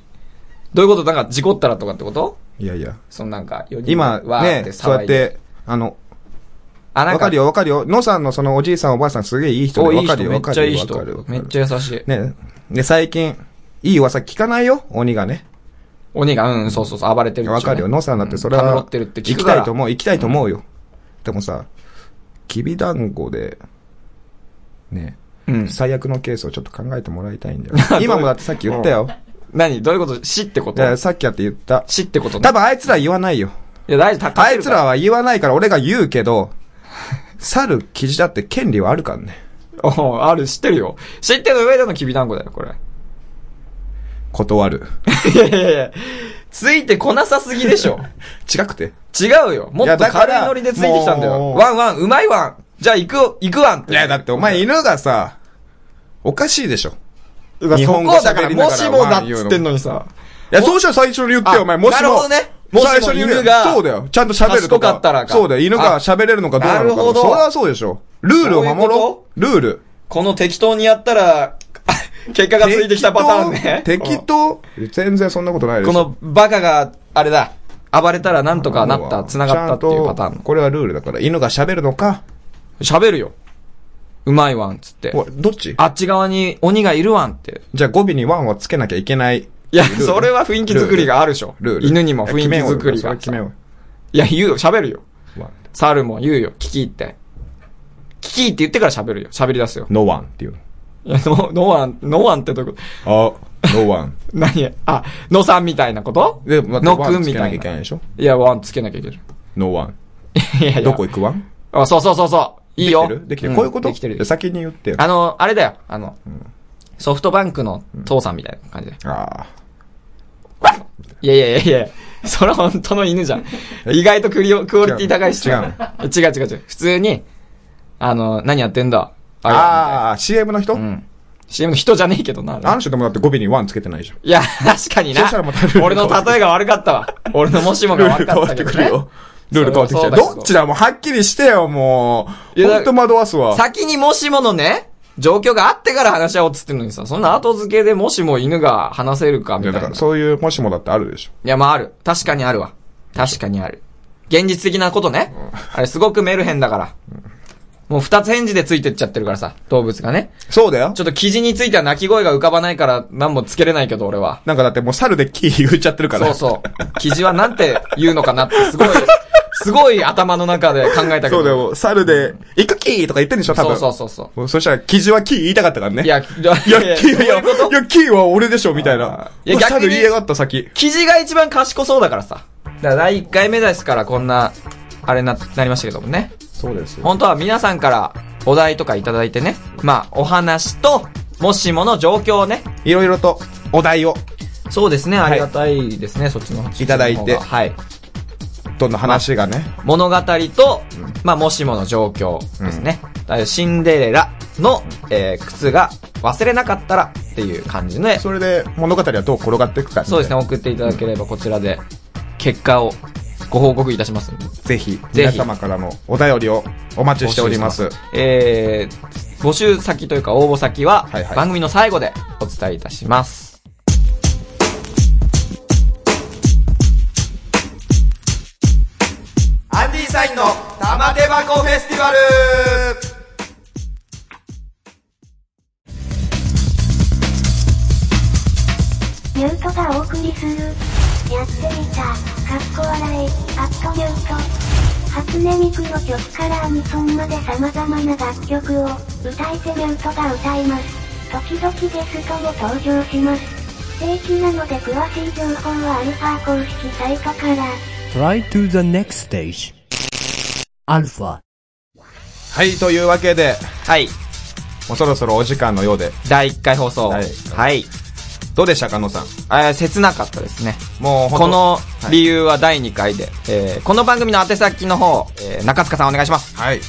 Speaker 1: どういうことなんか事故ったらとかってこと
Speaker 2: いやいや。
Speaker 1: そのなんか、4人
Speaker 2: 今、
Speaker 1: わー
Speaker 2: ね、そうやっ、て、あの、
Speaker 1: あ、なん
Speaker 2: わ
Speaker 1: か、
Speaker 2: かるよ、わかるよ。野さんのそのおじいさんおばあさんすげえいい人
Speaker 1: お
Speaker 2: で、
Speaker 1: い
Speaker 2: わ
Speaker 1: い
Speaker 2: か
Speaker 1: 人、
Speaker 2: るよ、
Speaker 1: め
Speaker 2: わ
Speaker 1: っ
Speaker 2: か
Speaker 1: ちゃ
Speaker 2: る
Speaker 1: いい
Speaker 2: よ、わかる
Speaker 1: 人
Speaker 2: よ。。
Speaker 1: めっちゃ優しい。
Speaker 2: ね、で、最近、いい噂聞かないよ、鬼がね。
Speaker 1: 鬼が、うん、そうそうそう、暴れてるって
Speaker 2: わかるよ、野さんだってそれ
Speaker 1: うんたむろ、
Speaker 2: は
Speaker 1: ってるって
Speaker 2: 行
Speaker 1: 聞く
Speaker 2: き
Speaker 1: か
Speaker 2: た
Speaker 1: ら
Speaker 2: いと思う、行きたいと思うよ。でもさ、きびだんごで、ね、
Speaker 1: うん。
Speaker 2: 最悪のケースをちょっと考えてもらいたいんだよ
Speaker 1: どう。いう
Speaker 2: 今もだってさっき言ったよ。
Speaker 1: 何どういうこと死ってこ
Speaker 2: い
Speaker 1: と
Speaker 2: や、さっきやって言った。
Speaker 1: 死ってこと
Speaker 2: 多分あいつら言わないよ。
Speaker 1: いや、大事、高
Speaker 2: あいつらは言わないから俺が言うけ ど、猿、キジだって権利はあるからね。
Speaker 1: おうある、知ってるよ。知ってる上でのきびだんごだよ、これ。
Speaker 2: 断る。
Speaker 1: いやいやいや、ついてこなさすぎでし ょ。
Speaker 2: 違くて。
Speaker 1: 違うよ。も
Speaker 2: い
Speaker 1: っ
Speaker 2: や
Speaker 1: と
Speaker 2: だか
Speaker 1: 軽
Speaker 2: ら
Speaker 1: いノリでついてきたんだよ。
Speaker 2: もう
Speaker 1: ワンワン、うまいワン。じゃあ行く、行くワンって。
Speaker 2: いや、だってお前犬がさ、おかしいでしょ。日
Speaker 1: そ
Speaker 2: 本語
Speaker 1: こだか
Speaker 2: 喋
Speaker 1: ら、
Speaker 2: りな
Speaker 1: も
Speaker 2: が
Speaker 1: し
Speaker 2: ら
Speaker 1: もだ
Speaker 2: ワ
Speaker 1: っ
Speaker 2: ン
Speaker 1: つ
Speaker 2: 言う
Speaker 1: っ
Speaker 2: の。
Speaker 1: てんのにさ。
Speaker 2: いや、そうしたら最初に言って
Speaker 1: あ
Speaker 2: よ、お前。もしも。
Speaker 1: なるほどねもしも
Speaker 2: 最初に言うよ
Speaker 1: 犬が
Speaker 2: そうだよ。ちゃんと喋る
Speaker 1: 賢
Speaker 2: と
Speaker 1: かったらか
Speaker 2: そうだよ。犬が喋れるのかどうなのか
Speaker 1: なるほ
Speaker 2: と
Speaker 1: ど
Speaker 2: か。それはそうでしょ。ルールを守ろう。ルール。
Speaker 1: この適当にやったら、 結果がついてきたパターンね。
Speaker 2: 適当適当全然そんなことないでし
Speaker 1: こ
Speaker 2: ょ。
Speaker 1: のバカが、あれだ、暴れたらなんとかなった、繋がったっていうパター
Speaker 2: ちゃん
Speaker 1: ン
Speaker 2: と。これはルールだから。犬が喋るのか、
Speaker 1: 喋るよ。うまいわん、つって。
Speaker 2: おいどっち
Speaker 1: あっち側に鬼がいるわんって。
Speaker 2: じゃあ語尾にワンをつけなきゃいけない。
Speaker 1: いや、
Speaker 2: ルール
Speaker 1: それは雰囲気作りがあるでしょ。
Speaker 2: ルール。
Speaker 1: 犬にも雰囲気作りが。
Speaker 2: 決めようよ
Speaker 1: いや、言うよ、喋るよ。
Speaker 2: それは決めようよワン
Speaker 1: 猿も言うよ、キキって。キキって言ってから喋るよ。喋り出すよ。
Speaker 2: ノワンっていうの。
Speaker 1: いや、ノノワン、ノワンってどういうこと
Speaker 2: あ、ノワン。
Speaker 1: 何あ、ノさんみたいなこと
Speaker 2: で、また
Speaker 1: ノ
Speaker 2: ワ
Speaker 1: く
Speaker 2: ン
Speaker 1: ん
Speaker 2: つ
Speaker 1: み
Speaker 2: けな
Speaker 1: た
Speaker 2: きゃ
Speaker 1: い
Speaker 2: いけない
Speaker 1: な。
Speaker 2: でしょ
Speaker 1: いや、ワンつけなきゃいけない。
Speaker 2: ノワン。
Speaker 1: いやいや。
Speaker 2: どこ行くワン
Speaker 1: あ、そうそうそうそう。いいよ
Speaker 2: できて。るできてる。こういうこと
Speaker 1: できてる
Speaker 2: で。先に言ってよ。
Speaker 1: あの、あれだよ。あの、ソフトバンクの父さんみたいな感じで。
Speaker 2: あ
Speaker 1: いやいやいやいや、それ本当の犬じゃん。意外とクリオクオリティ高いし。
Speaker 2: 違う
Speaker 1: 違う違う違う。普通に、あの、何やってんだ。
Speaker 2: あ。ああ、CM の人
Speaker 1: みたいなうん。CM 人じゃねえけどな。
Speaker 2: あの人でもだって語尾にワンつけてないじゃん。
Speaker 1: いや、確かに
Speaker 2: そ
Speaker 1: な
Speaker 2: したらまたルール変わっ
Speaker 1: 俺
Speaker 2: てくる
Speaker 1: の例えが悪かったわ。俺のもしもが
Speaker 2: ルー
Speaker 1: 悪
Speaker 2: ル
Speaker 1: か
Speaker 2: 変
Speaker 1: っ
Speaker 2: わ
Speaker 1: た
Speaker 2: って
Speaker 1: け
Speaker 2: く
Speaker 1: ど、
Speaker 2: る
Speaker 1: ね。
Speaker 2: よ。ルール変わってきた。
Speaker 1: それはそうだけど
Speaker 2: どっちだもうはっきりしてよ、も。
Speaker 1: いうやだ
Speaker 2: ほんと惑わすわ。
Speaker 1: 先にもしものね、状況があってから話し合おうっつってんのにさ、そんな後付けでもしも犬が話せるかみ
Speaker 2: い
Speaker 1: た
Speaker 2: や
Speaker 1: いな。
Speaker 2: だからそういうもしもだってあるでしょ。
Speaker 1: いや、まあある。確かにあるわ。確かにある。現実的なことね。あれすごくメルヘンだから。もう二つ返事でついてっちゃってるからさ、動物がね。
Speaker 2: そうだよ
Speaker 1: ち。ょっと記事については泣き声が浮かばないから何もつけれないけど俺は。
Speaker 2: なんかだってもう猿でキー言っちゃってるから。
Speaker 1: そうそう。記事はなんて言うのかなってすごい、すごい頭の中で考えたけど。
Speaker 2: そうだ。よ、猿で、行くキーとか言ってんでしょ、多
Speaker 1: そ
Speaker 2: 分。
Speaker 1: うそうそうそ
Speaker 2: もうそしたら、キジはキー言いたかったからね。
Speaker 1: う。いや、いや
Speaker 2: いや、キー、いや、
Speaker 1: そういうこと
Speaker 2: いや、キーは俺でしょ、みたいな。
Speaker 1: いや
Speaker 2: おい
Speaker 1: 逆に
Speaker 2: 猿言いやがった先。
Speaker 1: 記事が一番賢そうだからさ。だから第1回目ですからこんな、あれな、なりましたけどもね。
Speaker 2: そうですよ。
Speaker 1: 本当は皆さんからお題とかいただいてね。まあ、お話と、もしもの状況をね、
Speaker 2: いろいろと、お題を。
Speaker 1: そうですね、ありがたいですね、そっちの方が。
Speaker 2: いただいて
Speaker 1: はい。
Speaker 2: どんな話がね。
Speaker 1: 物語と、まあ、もしもの状況ですね。だからシンデレラの、えー靴が忘れなかったらっていう感じの絵、
Speaker 2: それで物語はどう転がっていくか。
Speaker 1: そうですね、。送っていただければこちらで、結果をご報告いたしますので。
Speaker 2: ぜひ、
Speaker 1: ひ
Speaker 2: 皆様からのお便りをお待ちしております。
Speaker 1: えー、募集先というか応募先は
Speaker 2: はいはい、
Speaker 1: 番組の最後でお伝えいたします。
Speaker 5: アンディサインの玉手箱フェスティバル
Speaker 8: ミュートがお送りする。やってみた。かっこ笑い。アットミュート。初音ミクの曲からアニソンまで様々な楽曲を歌えてミュートが歌います。時々ゲストも登場します。不定期なので詳しい情報はアルファ公式サイトから。
Speaker 3: Try to the next stage. Alpha.
Speaker 2: はい、というわけで、
Speaker 1: はい。
Speaker 2: もうそろそろお時間のようで。
Speaker 1: 第1回放送。
Speaker 2: は
Speaker 1: はいい。
Speaker 2: どうでしたか、のさん。
Speaker 1: えー切なかったですね。
Speaker 2: もうほんと
Speaker 1: この理由は第2回で、えーこの番組の宛先の方、えー中塚さんお願いします。
Speaker 2: はい。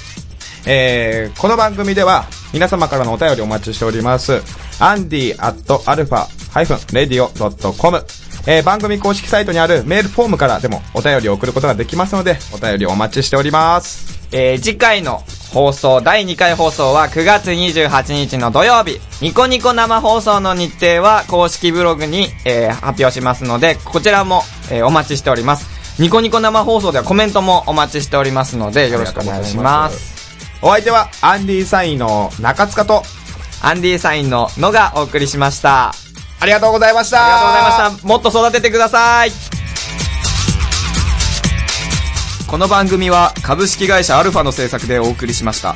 Speaker 2: えー、この番組では、皆様からのお便りお待ちしております。アンディアットアルファハイフンレディオドットコム。えー、番組公式サイトにあるメールフォームからでもお便りを送ることができますので、お便りお待ちしております。
Speaker 1: えー次回の放送、第2回放送は9月28日の土曜日、ニコニコ生放送の日程は公式ブログに、えー発表しますので、こちらも、えーお待ちしております。ニコニコ生放送ではコメントもお待ちしておりますので、よろしくお願いします。
Speaker 2: お相手は、アンディサインの中塚と、
Speaker 1: アンディサインののがお送りしました。
Speaker 2: ありがとうございました。
Speaker 1: ありがとうございました。もっと育ててください。この番組は株式会社アルファの制作でお送りしました。